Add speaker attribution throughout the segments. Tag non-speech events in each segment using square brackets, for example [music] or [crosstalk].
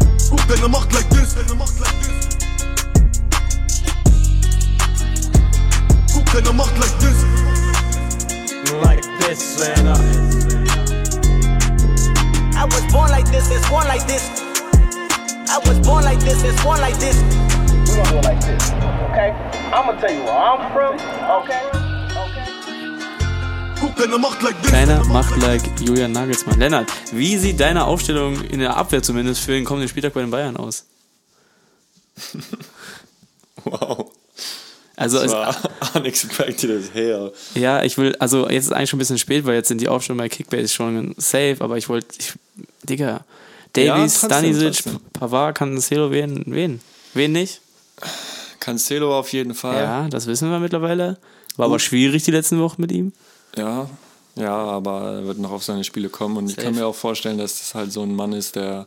Speaker 1: and I'm mocked like this. And I'm mocked like this. Guck, and I'm mocked like this.
Speaker 2: like this, and I
Speaker 3: I was born like this, it's born like this. I was born like this, it's born like this.
Speaker 4: We gonna do it like this, okay? I'm gonna tell you where I'm from, okay? Okay.
Speaker 1: Guck, and I'm mocked like this.
Speaker 5: Kleiner
Speaker 1: And I'm
Speaker 5: macht
Speaker 1: mocked
Speaker 5: like Julian Nagelsmann. Lennart, wie sieht deine Aufstellung in der Abwehr zumindest für den kommenden Spieltag bei den Bayern aus?
Speaker 6: Wow.
Speaker 5: Also,
Speaker 6: Das
Speaker 5: es,
Speaker 6: war [laughs] unexpected as hell.
Speaker 5: ja, ich will, also jetzt ist eigentlich schon ein bisschen spät, weil jetzt sind die Aufstellungen bei Kickbase schon safe, aber ich wollte, ich, Digga,
Speaker 6: Ja,
Speaker 5: Davies,
Speaker 6: trotzdem,
Speaker 5: Stanisic,
Speaker 6: trotzdem.
Speaker 5: Pavard, Cancelo, wen, wen? Wen nicht?
Speaker 6: Cancelo auf jeden Fall.
Speaker 5: Ja, das wissen wir mittlerweile. War aber schwierig die letzten Wochen mit ihm.
Speaker 6: Ja. ja. aber er wird noch auf seine Spiele kommen und ich
Speaker 5: Safe.
Speaker 6: kann mir auch vorstellen, dass das halt so ein Mann ist, der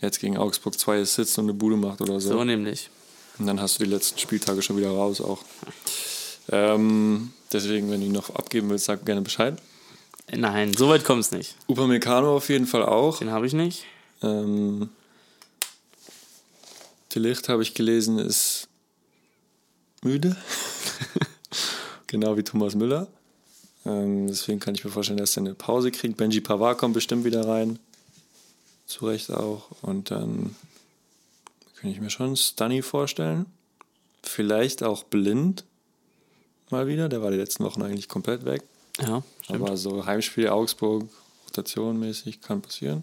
Speaker 6: jetzt gegen Augsburg 2 Assists und eine Bude macht oder so.
Speaker 5: So ne- nämlich.
Speaker 6: Und dann hast du die letzten Spieltage schon wieder raus auch. Ähm, deswegen, wenn du ihn noch abgeben willst, sag gerne Bescheid.
Speaker 5: Äh, Nein, so weit kommt es nicht.
Speaker 6: Upamecano auf jeden Fall auch.
Speaker 5: Den habe ich nicht.
Speaker 6: Ähm, De Licht habe ich gelesen, ist müde. [laughs] genau wie Thomas Müller. Ähm, deswegen kann ich mir vorstellen, dass er eine Pause kriegt. Benji Pavard kommt bestimmt wieder rein. Zu Recht auch. Und dann kann ich mir schon Stunny vorstellen. Vielleicht auch blind. Mal wieder. Der war die letzten Wochen eigentlich komplett weg.
Speaker 5: Ja, stimmt.
Speaker 6: Aber so Heimspiel Augsburg, Rotation mäßig, kann passieren.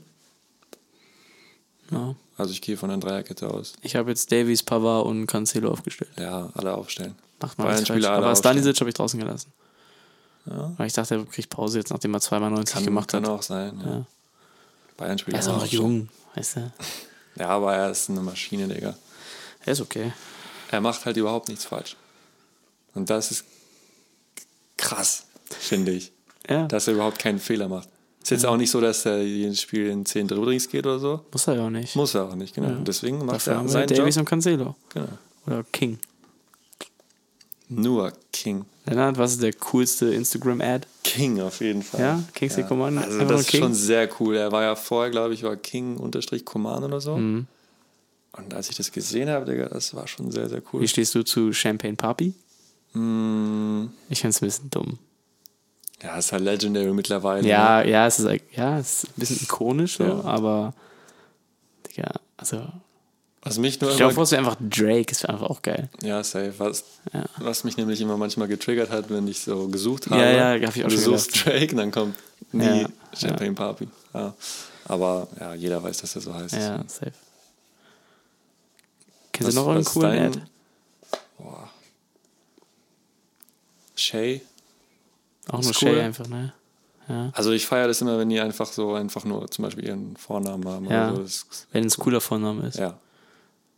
Speaker 5: Ja.
Speaker 6: Also ich gehe von einer Dreierkette aus.
Speaker 5: Ich habe jetzt Davies, Pavard und Cancelo aufgestellt.
Speaker 6: Ja, alle aufstellen.
Speaker 5: Macht mal alles falsch.
Speaker 6: Bayern-Spieler alle
Speaker 5: Aber
Speaker 6: aufstellen.
Speaker 5: Stanisic habe ich draußen gelassen. Weil ich dachte, er kriegt Pause jetzt, nachdem er zweimal 90
Speaker 6: kann,
Speaker 5: gemacht
Speaker 6: kann
Speaker 5: hat.
Speaker 6: auch sein. Ja.
Speaker 5: Ja.
Speaker 6: Bayern-Spieler
Speaker 5: Er ist auch
Speaker 6: alle
Speaker 5: noch
Speaker 6: aufstellen.
Speaker 5: jung, weißt du?
Speaker 6: Ja, aber er ist eine Maschine, Digga.
Speaker 5: Er ist okay.
Speaker 6: Er macht halt überhaupt nichts falsch. Und das ist krass, finde ich.
Speaker 5: Ja,
Speaker 6: Dass er überhaupt keinen Fehler macht. Ist jetzt auch nicht so, dass er jedes Spiel in 10 Dribblings geht oder so.
Speaker 5: muss er ja auch nicht.
Speaker 6: Muss er auch nicht, genau. Und deswegen macht
Speaker 5: Dafür
Speaker 6: er
Speaker 5: haben wir
Speaker 6: seinen
Speaker 5: Davies
Speaker 6: Job.
Speaker 5: und Cancelo.
Speaker 6: Genau.
Speaker 5: Oder King.
Speaker 6: Nur King.
Speaker 5: Lennart, was ist der coolste Instagram-Ad?
Speaker 6: King auf jeden Fall.
Speaker 5: Ja, King's the Command,
Speaker 6: Also
Speaker 5: einfach
Speaker 6: das
Speaker 5: nur
Speaker 6: ist
Speaker 5: King.
Speaker 6: schon sehr cool. Er war ja vorher, glaube ich, war King unterstrich Command oder so.
Speaker 5: Mhm.
Speaker 6: Und als ich das gesehen habe, Digga, das war schon sehr, sehr cool.
Speaker 5: Wie stehst du zu Champagne Papi? Ich finde es ein bisschen dumm.
Speaker 6: Mhm. Ja, ist halt Legendary mittlerweile. ne?
Speaker 5: Ja, ja, es ist, like- ja, es ist ein bisschen ikonisch, so,
Speaker 6: Ja.
Speaker 5: aber Digga, also.
Speaker 6: Was mich nur
Speaker 5: Ich glaube,
Speaker 6: immer,
Speaker 5: vorst du einfach Drake, ist einfach auch geil.
Speaker 6: ja, safe. Was,
Speaker 5: Ja.
Speaker 6: was mich nämlich immer manchmal getriggert hat, wenn ich so gesucht habe.
Speaker 5: ja, hab ich auch
Speaker 6: du
Speaker 5: schon
Speaker 6: suchst Drake, dann kommt nie
Speaker 5: Ja,
Speaker 6: Champagne Papi. Ja. Aber ja, jeder weiß, dass er so heißt.
Speaker 5: Ja, safe. Kennst
Speaker 6: Was-
Speaker 5: du noch einen
Speaker 6: was ist
Speaker 5: coolen
Speaker 6: dein-
Speaker 5: Ad?
Speaker 6: Boah. Shay.
Speaker 5: Auch nur
Speaker 6: ist
Speaker 5: Shay
Speaker 6: cool.
Speaker 5: einfach, ne?
Speaker 6: Also ich feiere das immer, wenn die einfach so einfach nur zum Beispiel ihren Vornamen haben.
Speaker 5: Ja.
Speaker 6: Oder so. Das,
Speaker 5: Wenn es ein cooler Vorname ist.
Speaker 6: ja. [laughs]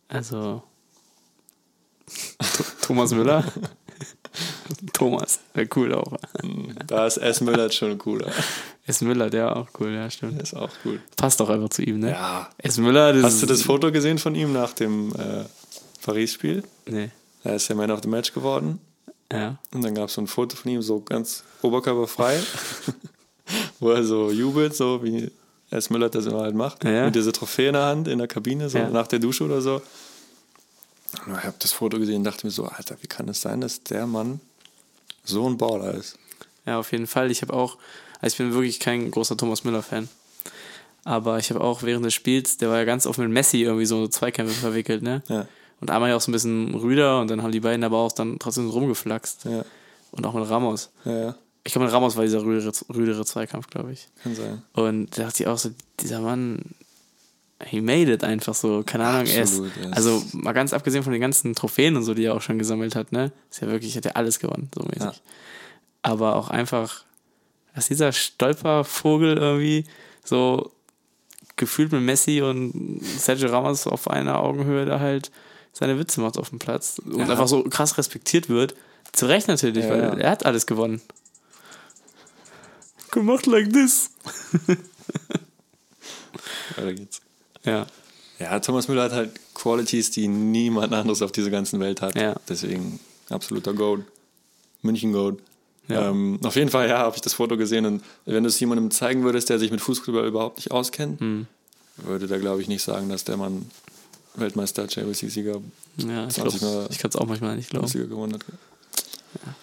Speaker 5: Also. Th- Thomas Müller? [laughs] Thomas, wäre cool auch.
Speaker 6: Da ist S. Müller schon cooler. [laughs]
Speaker 5: Ist Müller, der auch cool, ja, stimmt.
Speaker 6: Ist auch gut.
Speaker 5: Passt auch einfach zu ihm, ne?
Speaker 6: Ja. also-
Speaker 5: Ist Müller, das
Speaker 6: Hast du das Foto gesehen von ihm nach dem äh, Paris-Spiel?
Speaker 5: Nee.
Speaker 6: Er ist ja Man of the Match geworden.
Speaker 5: Ja.
Speaker 6: Und dann gab es so ein Foto von ihm, so ganz oberkörperfrei, [laughs] wo er so jubelt, so wie S. Müller das immer halt macht.
Speaker 5: Ja.
Speaker 6: Mit dieser Trophäe in der Hand in der Kabine, so
Speaker 5: Ja.
Speaker 6: nach der Dusche oder so. Und ich habe das Foto gesehen und dachte mir so, Alter, wie kann es sein, dass der Mann so ein Baller ist?
Speaker 5: Ja, auf jeden Fall. Ich habe auch, also ich bin wirklich kein großer Thomas Müller-Fan. Aber ich habe auch während des Spiels, der war ja ganz oft mit Messi irgendwie so Zweikämpfe verwickelt, ne?
Speaker 6: Ja.
Speaker 5: Und einmal ja auch so ein bisschen rüder und dann haben die beiden aber auch dann trotzdem so rumgeflaxt.
Speaker 6: Ja,
Speaker 5: Und auch mit Ramos.
Speaker 6: ja, ja.
Speaker 5: Ich glaube, mit Ramos war dieser rüdere, rüdere Zweikampf, glaube ich.
Speaker 6: kann sein.
Speaker 5: Und da dachte ich auch so, dieser Mann, he made it einfach so. Keine Ahnung, er ist,
Speaker 6: Absolut, ja.
Speaker 5: also mal ganz abgesehen von den ganzen Trophäen und so, die er auch schon gesammelt hat, ne? Ist ja wirklich, hat er alles gewonnen, so mäßig.
Speaker 6: Ja.
Speaker 5: Aber auch einfach, dass dieser Stolpervogel irgendwie so gefühlt mit Messi und Sergio Ramos auf einer Augenhöhe da halt seine Witze macht auf dem Platz und
Speaker 6: Ja.
Speaker 5: einfach so krass respektiert wird. Zu Recht natürlich,
Speaker 6: Ja,
Speaker 5: weil
Speaker 6: ja.
Speaker 5: er hat alles gewonnen. Gemacht like this.
Speaker 6: Weiter geht's.
Speaker 5: Ja.
Speaker 6: Ja, Thomas Müller hat halt Qualities, die niemand anderes auf dieser ganzen Welt hat.
Speaker 5: Ja.
Speaker 6: Deswegen absoluter Gold. München Gold.
Speaker 5: Ja.
Speaker 6: Ähm, auf jeden Fall, ja, habe ich das Foto gesehen. Und wenn du es jemandem
Speaker 5: Hm.
Speaker 6: zeigen würdest, der sich mit Fußball überhaupt nicht auskennt, würde der, glaube ich, nicht sagen, dass der Mann Weltmeister, Champions League-Sieger,
Speaker 5: Ja, ich
Speaker 6: 20 Mal-
Speaker 5: glaube ich es auch manchmal nicht glauben.
Speaker 6: Bundesliga gewonnen hat.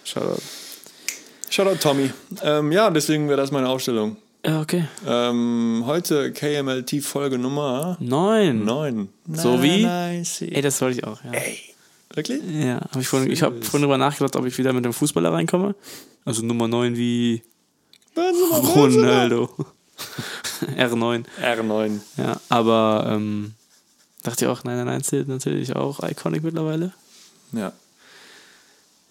Speaker 6: Shoutout. Shoutout Tommy. Ähm, ja, deswegen wäre das meine Aufstellung.
Speaker 5: Ja, okay.
Speaker 6: Ähm, heute KMLT Folge Nummer
Speaker 5: Neun.
Speaker 6: 9.
Speaker 5: Hm. So wie- Ey,
Speaker 6: Ey,
Speaker 5: das wollte ich auch, ja.
Speaker 6: Wirklich?
Speaker 5: Ja, hab ich vorhin, ich habe vorhin drüber nachgedacht, ob ich wieder mit dem Fußballer reinkomme. Also Nummer 9 wie Ronaldo. [laughs] R9.
Speaker 6: R9.
Speaker 5: Ja, aber ähm, dachte ich auch, nein, nein, nein, zählt natürlich auch Iconic mittlerweile.
Speaker 6: Ja.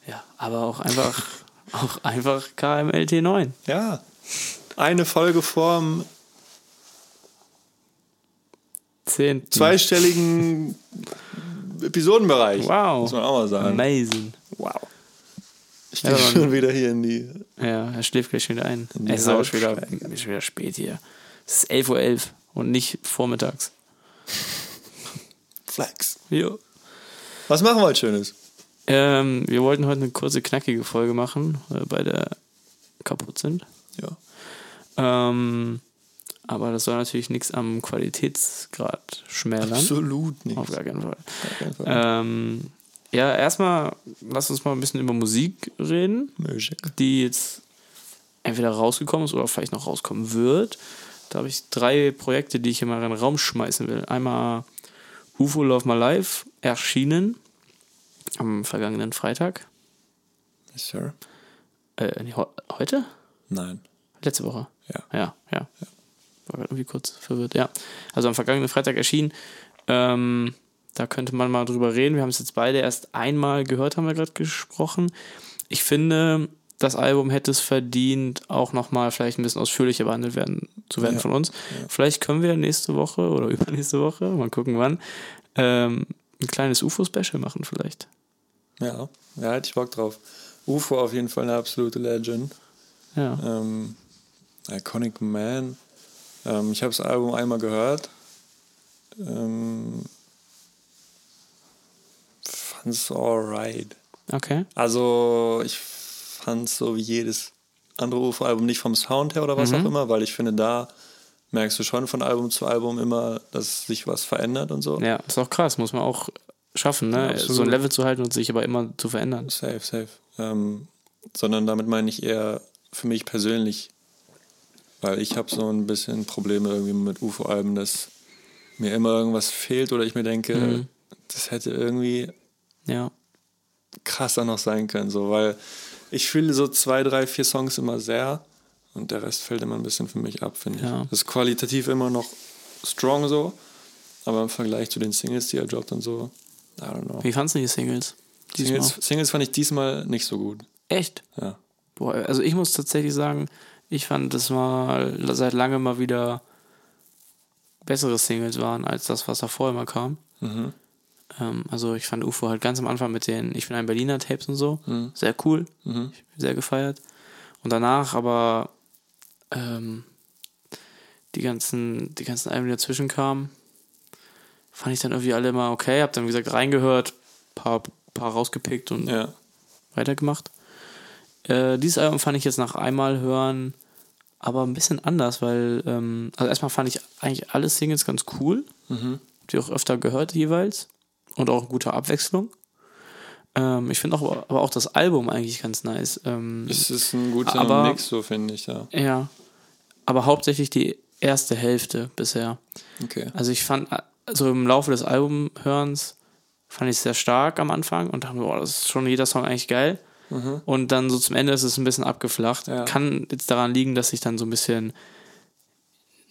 Speaker 5: Ja, aber auch [laughs] einfach, auch einfach KMLT9.
Speaker 6: Ja. Eine Folge vorm
Speaker 5: 10.
Speaker 6: zweistelligen Episodenbereich.
Speaker 5: Wow.
Speaker 6: Muss man auch mal sagen.
Speaker 5: Amazing.
Speaker 6: Wow. Ich
Speaker 5: Ja,
Speaker 6: gehe
Speaker 5: Mann.
Speaker 6: schon wieder hier in die.
Speaker 5: Ja, er schläft gleich schon wieder ein. Es ist aber schon wieder, ist schon wieder spät hier. Es ist 11.11 Uhr und nicht vormittags.
Speaker 6: Flex.
Speaker 5: Jo.
Speaker 6: Was machen wir heute Schönes?
Speaker 5: Ähm, wir wollten heute eine kurze, knackige Folge machen, weil wir beide kaputt sind.
Speaker 6: Ja.
Speaker 5: Ähm, aber das soll natürlich nichts am Qualitätsgrad schmälern.
Speaker 6: Absolut
Speaker 5: Auf
Speaker 6: nichts.
Speaker 5: gar keinen Fall.
Speaker 6: keinen Fall.
Speaker 5: Ähm, ja, erstmal lass uns mal ein bisschen über Musik reden,
Speaker 6: Music.
Speaker 5: die jetzt entweder rausgekommen ist oder vielleicht noch rauskommen wird. Da habe ich drei Projekte, die ich hier mal in den Raum schmeißen will. Einmal UFO Love My Life, erschienen am vergangenen Freitag.
Speaker 6: Yes, sir.
Speaker 5: Äh, nee, heu- heute?
Speaker 6: Nein.
Speaker 5: Letzte Woche.
Speaker 6: Ja.
Speaker 5: Ja, ja. War gerade irgendwie kurz verwirrt, ja. Also am vergangenen Freitag erschienen. Ähm, da könnte man mal drüber reden. Wir haben es jetzt beide erst einmal gehört, haben wir gerade gesprochen. Ich finde, das Album hätte es verdient, auch nochmal vielleicht ein bisschen ausführlicher behandelt werden, zu werden
Speaker 6: Ja,
Speaker 5: von uns. Vielleicht können wir nächste Woche oder [laughs] übernächste Woche, mal gucken wann, ähm, ein kleines UFO-Special machen vielleicht.
Speaker 6: Ja. Ja, hätte ich Bock drauf. UFO auf jeden Fall eine absolute Legend.
Speaker 5: Ja.
Speaker 6: Ähm, Iconic Man. Ähm, ich habe das Album einmal gehört. Ähm, fand's alright.
Speaker 5: Okay.
Speaker 6: Also, ich fand's so wie jedes andere UFO-Album nicht vom Sound her oder was auch immer, weil ich finde, da merkst du schon von Album zu Album immer, dass sich was verändert und so.
Speaker 5: Ja, ist auch krass, muss man auch schaffen, ne?
Speaker 6: absolut.
Speaker 5: so ein Level zu halten und sich aber immer zu verändern.
Speaker 6: Safe, safe. Ähm, sondern damit meine ich eher für mich persönlich, weil ich habe so ein bisschen Probleme irgendwie mit UFO-Alben, dass mir immer irgendwas fehlt oder ich mir denke,
Speaker 5: Mhm.
Speaker 6: das hätte irgendwie
Speaker 5: Ja.
Speaker 6: krasser noch sein können, so, weil ich fühle so zwei, drei, vier Songs immer sehr und der Rest fällt immer ein bisschen für mich ab, finde
Speaker 5: Ja.
Speaker 6: ich. Das ist qualitativ immer noch strong so, aber im Vergleich zu den Singles, die er droppt und so, I don't know.
Speaker 5: Wie fandst du die Singles? Diesmal?
Speaker 6: Singles, Singles fand ich diesmal nicht so gut.
Speaker 5: Echt?
Speaker 6: Ja.
Speaker 5: Boah, also ich muss tatsächlich sagen, ich fand, dass mal seit langem mal wieder bessere Singles waren als das, was da vorher mal kam. Ähm, also ich fand UFO halt ganz am Anfang mit den Ich bin ein Berliner Tapes und so.
Speaker 6: Mhm.
Speaker 5: Sehr cool. Ich hab sehr gefeiert. Und danach aber ähm, die ganzen, die ganzen Alben, die dazwischen kamen, fand ich dann irgendwie alle immer okay. Hab dann, wie gesagt, reingehört, paar, paar rausgepickt und
Speaker 6: Ja.
Speaker 5: weitergemacht. Äh, dieses Album fand ich jetzt nach einmal hören, aber ein bisschen anders, weil, ähm, also erstmal fand ich eigentlich alle Singles ganz cool. Hab Die auch öfter gehört jeweils. Und auch gute Abwechslung. Ähm, ich finde auch, aber auch das Album eigentlich ganz nice. Ähm,
Speaker 6: Es ist ein guter
Speaker 5: Aber-
Speaker 6: Mix, so finde ich, ja.
Speaker 5: ja. Aber hauptsächlich die erste Hälfte bisher.
Speaker 6: Okay.
Speaker 5: Also ich fand, also im Laufe des Albumhörens fand ich es sehr stark am Anfang und dachte, boah, das ist schon jeder Song eigentlich geil. Und dann so zum Ende ist es ein bisschen abgeflacht.
Speaker 6: Ja.
Speaker 5: Kann jetzt daran liegen, dass ich dann so ein bisschen,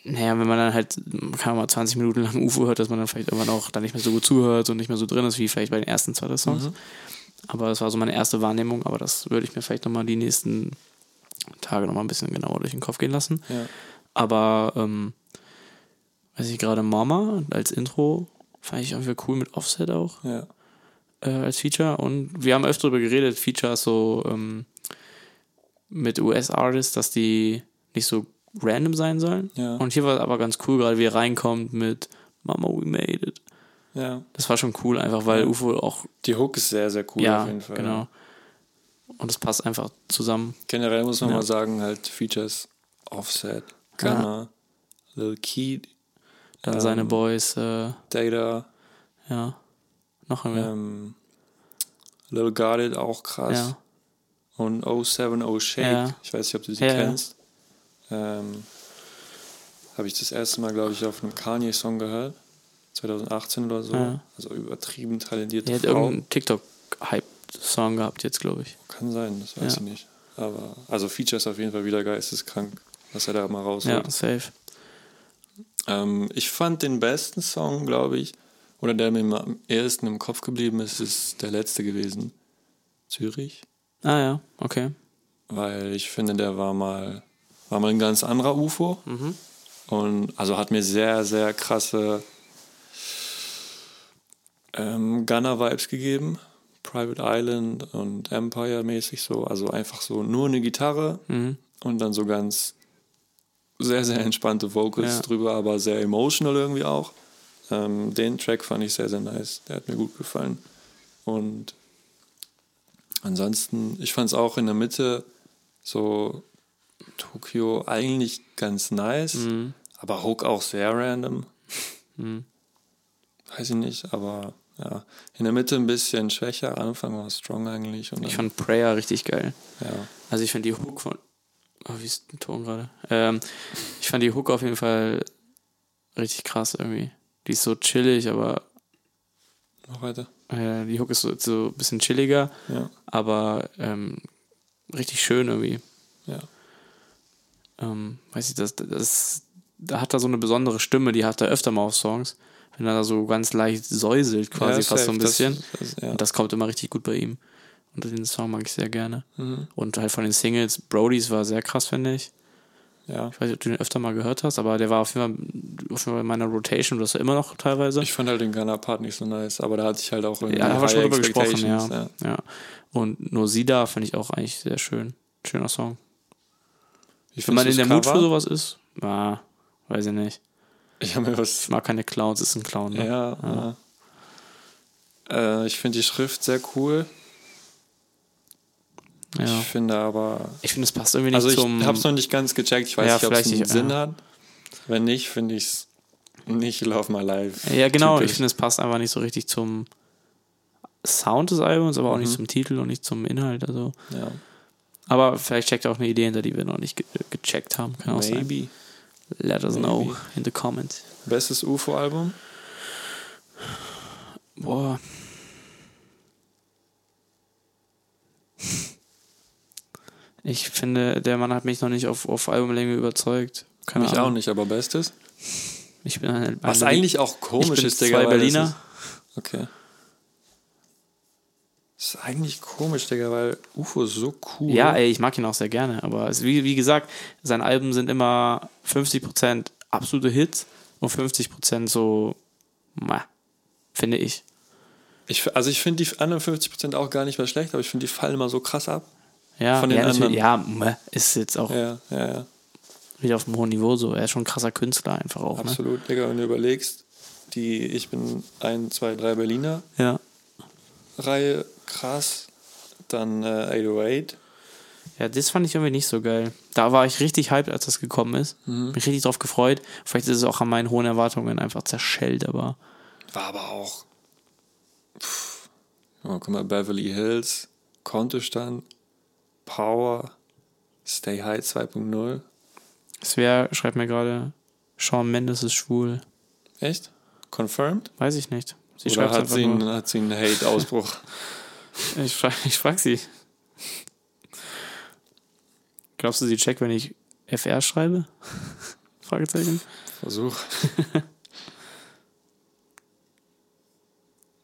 Speaker 5: naja, wenn man dann halt, kann man mal 20 Minuten lang UFO hört, dass man dann vielleicht irgendwann auch dann nicht mehr so gut zuhört und nicht mehr so drin ist, wie vielleicht bei den ersten zwei der
Speaker 6: Mhm.
Speaker 5: Songs. Aber das war so meine erste Wahrnehmung, aber das würde ich mir vielleicht nochmal die nächsten Tage nochmal ein bisschen genauer durch den Kopf gehen lassen.
Speaker 6: Ja.
Speaker 5: Aber, ähm, weiß ich gerade, Mama als Intro fand ich irgendwie cool mit Offset auch
Speaker 6: ja.
Speaker 5: äh, als Feature. Und wir haben öfter darüber geredet, Features so ähm, mit US-Artists, dass die nicht so random sein sollen.
Speaker 6: Ja.
Speaker 5: Und hier war es aber ganz cool, gerade wie er reinkommt mit Mama, we made it.
Speaker 6: Ja.
Speaker 5: Das war schon cool, einfach weil UFO auch,
Speaker 6: Die Hook ist sehr, sehr cool
Speaker 5: ja,
Speaker 6: auf jeden Fall.
Speaker 5: genau. Und es passt einfach zusammen.
Speaker 6: Generell muss man
Speaker 5: Ja.
Speaker 6: mal sagen, halt Features, Offset, Gunner, Lil Key,
Speaker 5: Dann
Speaker 6: Ähm,
Speaker 5: seine Boys, äh,
Speaker 6: Data,
Speaker 5: Ja. Noch einmal.
Speaker 6: Ähm, Little Guarded auch krass.
Speaker 5: ja.
Speaker 6: Und 070 Shake,
Speaker 5: Ja.
Speaker 6: ich weiß nicht, ob du die
Speaker 5: Ja, ja.
Speaker 6: kennst. Ähm, Habe ich das erste Mal, glaube ich, auf einem Kanye-Song gehört. 2018 oder so.
Speaker 5: Ja.
Speaker 6: Also übertrieben talentierte
Speaker 5: Die hat
Speaker 6: Frau.
Speaker 5: irgendeinen TikTok-Hype-Song gehabt jetzt, glaube ich.
Speaker 6: Kann sein, das weiß
Speaker 5: Ja.
Speaker 6: ich nicht. Aber, also Features auf jeden Fall wieder geisteskrank, was er da mal rausholt.
Speaker 5: Ja, safe.
Speaker 6: Ähm, ich fand den besten Song, glaube ich, oder der mir am ehesten im Kopf geblieben ist, ist der letzte gewesen. Zürich.
Speaker 5: Ah ja, okay.
Speaker 6: Weil ich finde, der war mal, war mal ein ganz anderer UFO. Und also hat mir sehr, sehr krasse ähm, Gunner-Vibes gegeben. Private Island und Empire-mäßig so. Also einfach so nur eine Gitarre und dann so ganz sehr, sehr entspannte Vocals
Speaker 5: Ja.
Speaker 6: drüber, aber sehr emotional irgendwie auch. Ähm, den Track fand ich sehr, sehr nice. Der hat mir gut gefallen. Und ansonsten, ich fand es auch in der Mitte so Tokio eigentlich ganz nice,
Speaker 5: Mhm.
Speaker 6: aber Hook auch sehr random. Weiß ich nicht, aber ja. In der Mitte ein bisschen schwächer, Anfang war strong eigentlich. Und dann,
Speaker 5: Ich fand Prayer richtig geil.
Speaker 6: ja,
Speaker 5: Also ich fand die Hook von. Oh, wie ist der Ton gerade? Ähm, ich fand die Hook auf jeden Fall richtig krass irgendwie. Die ist so chillig, aber
Speaker 6: noch weiter.
Speaker 5: äh, die Hook ist so, so ein bisschen chilliger,
Speaker 6: Ja,
Speaker 5: aber ähm, richtig schön irgendwie.
Speaker 6: ja.
Speaker 5: ähm, weiß ich, das, das, da hat er so eine besondere Stimme, die hat er öfter mal auf Songs, wenn er da so ganz leicht säuselt quasi
Speaker 6: ja,
Speaker 5: fast so ein
Speaker 6: safe,
Speaker 5: bisschen.
Speaker 6: Das, das, ja.
Speaker 5: Und das kommt immer richtig gut bei ihm. Und den Song mag ich sehr gerne.
Speaker 6: Mhm.
Speaker 5: Und halt von den Singles, Brody's war sehr krass, finde ich.
Speaker 6: ja.
Speaker 5: Ich weiß nicht, ob du den öfter mal gehört hast, aber der war auf jeden Fall, auf jeden Fall in meiner Rotation, das ist er immer noch teilweise.
Speaker 6: Ich fand halt den Ghana-Part nicht so nice, aber da hatte ich halt auch irgendwie
Speaker 5: ja, haben wir
Speaker 6: high
Speaker 5: schon drüber gesprochen, ja.
Speaker 6: expectations,
Speaker 5: ja. Und nur Sida fand ich auch eigentlich sehr schön. Schöner Song.
Speaker 6: Wie
Speaker 5: Wenn man in
Speaker 6: findest
Speaker 5: der
Speaker 6: du das
Speaker 5: Mut für
Speaker 6: Cover?
Speaker 5: sowas ist, ah, weiß ich nicht.
Speaker 6: Ich habe mir was
Speaker 5: Ich mag keine Clowns, ist ein Clown. Ne?
Speaker 6: Ja, ja. Äh, ich finde die Schrift sehr cool.
Speaker 5: Ja.
Speaker 6: Ich finde aber.
Speaker 5: Ich finde, es passt irgendwie nicht
Speaker 6: Also, ich
Speaker 5: zum.
Speaker 6: habe es noch nicht ganz gecheckt. Ich weiß
Speaker 5: Ja,
Speaker 6: nicht, ob es
Speaker 5: vielleicht
Speaker 6: einen
Speaker 5: ich-
Speaker 6: Sinn
Speaker 5: ja.
Speaker 6: hat. Wenn nicht, finde ich es nicht Love My Life.
Speaker 5: ja, genau. Ich
Speaker 6: typisch.
Speaker 5: finde, es passt einfach nicht so richtig zum Sound des Albums, aber auch
Speaker 6: Mhm.
Speaker 5: nicht zum Titel und nicht zum Inhalt. Also.
Speaker 6: Ja,
Speaker 5: Aber vielleicht steckt auch eine Idee hinter, die wir noch nicht ge äh, gecheckt haben. Kann auch sein.
Speaker 6: maybe.
Speaker 5: Let us know in the comments.
Speaker 6: Bestes UFO-Album?
Speaker 5: Boah. Ich finde, der Mann hat mich noch nicht auf, auf Albumlänge überzeugt. Keine
Speaker 6: Mich
Speaker 5: Ahnung.
Speaker 6: auch nicht, aber Bestes.
Speaker 5: Ich bin ein,
Speaker 6: Was
Speaker 5: ein-
Speaker 6: eigentlich auch
Speaker 5: Also ich
Speaker 6: komisch
Speaker 5: bin
Speaker 6: ist, Digga.
Speaker 5: zwei
Speaker 6: weil das
Speaker 5: Berliner.
Speaker 6: Ist, okay. Ist eigentlich komisch, Digga, weil UFO ist so cool.
Speaker 5: Ja, ey, ich mag ihn auch sehr gerne, aber es, wie, wie gesagt, seine Alben sind immer 50% absolute Hits und 50% so, meh, finde ich.
Speaker 6: Ich, f- also, ich finde die anderen 50% auch gar nicht mehr schlecht, aber ich finde, die fallen immer so krass ab.
Speaker 5: Ja,
Speaker 6: Von den
Speaker 5: ja, natürlich,
Speaker 6: anderen.
Speaker 5: ja meh, ist jetzt auch
Speaker 6: Ja, ja, ja.
Speaker 5: wieder auf einem hohen Niveau so. Er ist schon ein krasser Künstler einfach auch, ne?
Speaker 6: Absolut, Digga, wenn du überlegst, die Ich bin ein, zwei, drei Berliner
Speaker 5: Ja.
Speaker 6: Reihe, krass. Dann äh, 808.
Speaker 5: Ja, das fand ich irgendwie nicht so geil. Da war ich richtig hyped, als das gekommen ist.
Speaker 6: Mhm.
Speaker 5: Mich richtig drauf gefreut. Vielleicht ist es auch an meinen hohen Erwartungen einfach zerschellt, aber
Speaker 6: War aber auch. Pff. Oh, guck mal, Beverly Hills, Kontostand, Power, Stay High 2.0.
Speaker 5: Sver schreibt mir gerade, Shawn Mendes ist schwul.
Speaker 6: Echt? Confirmed?
Speaker 5: Weiß ich nicht. Sie
Speaker 6: Oder
Speaker 5: schreibt's
Speaker 6: hat
Speaker 5: einfach
Speaker 6: sie,
Speaker 5: nur.
Speaker 6: einen, hat sie einen Hate-Ausbruch?
Speaker 5: [laughs] Ich frage ich frag sie. Glaubst du, sie checkt, wenn ich FR schreibe? [laughs] Fragezeichen.
Speaker 6: Versuch.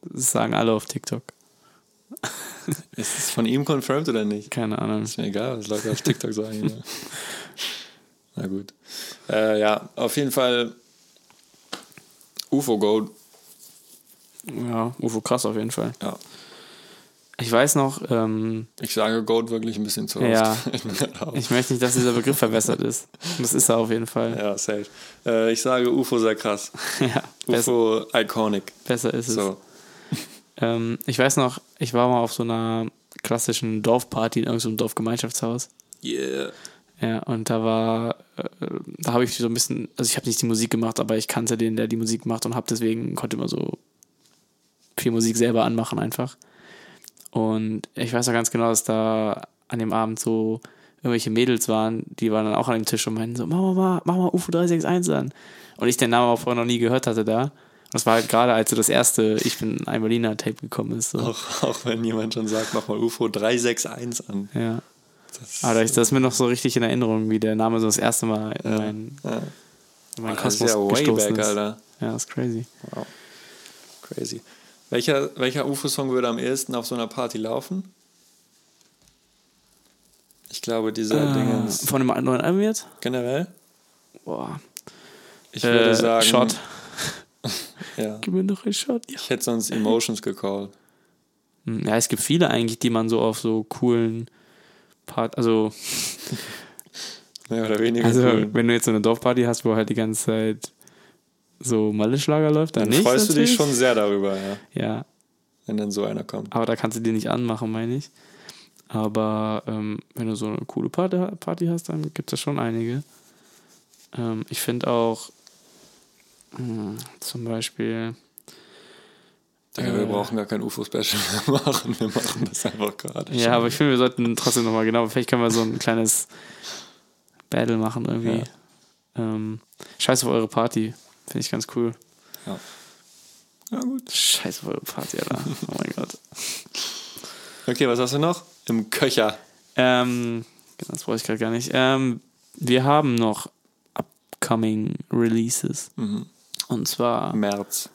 Speaker 5: Das sagen alle auf TikTok.
Speaker 6: Ist es von ihm confirmed oder nicht?
Speaker 5: Keine Ahnung.
Speaker 6: Ist mir egal, was Leute auf TikTok sagen.
Speaker 5: [laughs]
Speaker 6: Ja. Na gut. Äh, ja, auf jeden Fall UFO Gold.
Speaker 5: Ja, Ufo krass auf jeden Fall.
Speaker 6: Ja.
Speaker 5: Ich weiß noch, ähm,
Speaker 6: Ich sage Gold wirklich ein bisschen zu oft. [laughs]
Speaker 5: Ja.
Speaker 6: Fällt mir gerade auf.
Speaker 5: ich möchte nicht, dass dieser Begriff verbessert ist. Und Das ist er auf jeden Fall.
Speaker 6: ja, safe. Äh, ich sage UFO sehr krass.
Speaker 5: [laughs] Ja, besser,
Speaker 6: UFO iconic.
Speaker 5: besser ist es.
Speaker 6: So.
Speaker 5: Ähm, ich weiß noch, ich war mal auf so einer klassischen Dorfparty in irgendeinem Dorfgemeinschaftshaus.
Speaker 6: Yeah.
Speaker 5: Ja, und da war, äh, da habe ich so ein bisschen, also ich habe nicht die Musik gemacht, aber ich kannte den, der die Musik macht und habe deswegen, konnte immer so viel Musik selber anmachen einfach. Und ich weiß noch ganz genau, dass da an dem Abend so irgendwelche Mädels waren, die waren dann auch an dem Tisch und meinten so, mach mal, mach, mach mal UFO 361 an. Und ich den Namen auch vorher noch nie gehört hatte da. Und das war halt gerade, als so das erste Ich bin ein Berliner Tape gekommen ist. So.
Speaker 6: Auch, auch wenn jemand schon sagt, mach mal UFO 361 an.
Speaker 5: Ja.
Speaker 6: Das,
Speaker 5: Aber das, das ist mir noch so richtig in Erinnerung, wie der Name so das erste Mal in meinen
Speaker 6: ja. Ah,
Speaker 5: in meinen
Speaker 6: das ist
Speaker 5: Kosmos
Speaker 6: ja way
Speaker 5: gestoßen
Speaker 6: back,
Speaker 5: ist.
Speaker 6: Alter.
Speaker 5: Ja, ist crazy.
Speaker 6: Crazy. Welcher, welcher UFO-Song würde am ehesten auf so einer Party laufen? Ich glaube, dieser Dingens.
Speaker 5: Äh, Ah, Von dem neuen Album jetzt?
Speaker 6: Generell?
Speaker 5: Boah.
Speaker 6: Ich würde
Speaker 5: Äh,
Speaker 6: sagen.
Speaker 5: Shot.
Speaker 6: [laughs] Ja.
Speaker 5: Gib mir noch einen Shot. Ja.
Speaker 6: Ich hätte sonst Emotions gecallt.
Speaker 5: Hm, ja, es gibt viele eigentlich, die man so auf so coolen Part, also
Speaker 6: Mehr oder weniger. Hm.
Speaker 5: Also,
Speaker 6: cool.
Speaker 5: wenn du jetzt so eine Dorfparty hast, wo halt die ganze Zeit so Malle-Schlager läuft, dann,
Speaker 6: dann
Speaker 5: nicht.
Speaker 6: freust du dich
Speaker 5: natürlich.
Speaker 6: schon sehr darüber, ja,
Speaker 5: Ja,
Speaker 6: wenn dann so einer kommt.
Speaker 5: aber da kannst du dir nicht anmachen, meine ich. Aber ähm, wenn du so eine coole Party, Party hast, dann gibt es da schon einige. Ähm, ich finde auch hm, zum Beispiel,
Speaker 6: Digga, wir brauchen gar kein UFO-Special mehr [laughs] machen. Wir machen das einfach gerade.
Speaker 5: ja, aber ich finde, wir sollten trotzdem nochmal genau, vielleicht können wir so ein kleines Battle machen irgendwie.
Speaker 6: Ja.
Speaker 5: Ähm, scheiß auf eure Party, finde ich ganz cool.
Speaker 6: Ja, gut.
Speaker 5: Scheiß auf eure Party, Alter. Oh mein Gott.
Speaker 6: Okay, was hast du noch? Im Köcher.
Speaker 5: Ähm, genau, das brauche ich gerade gar nicht. Ähm, wir haben noch upcoming Releases. Und zwar,
Speaker 6: März.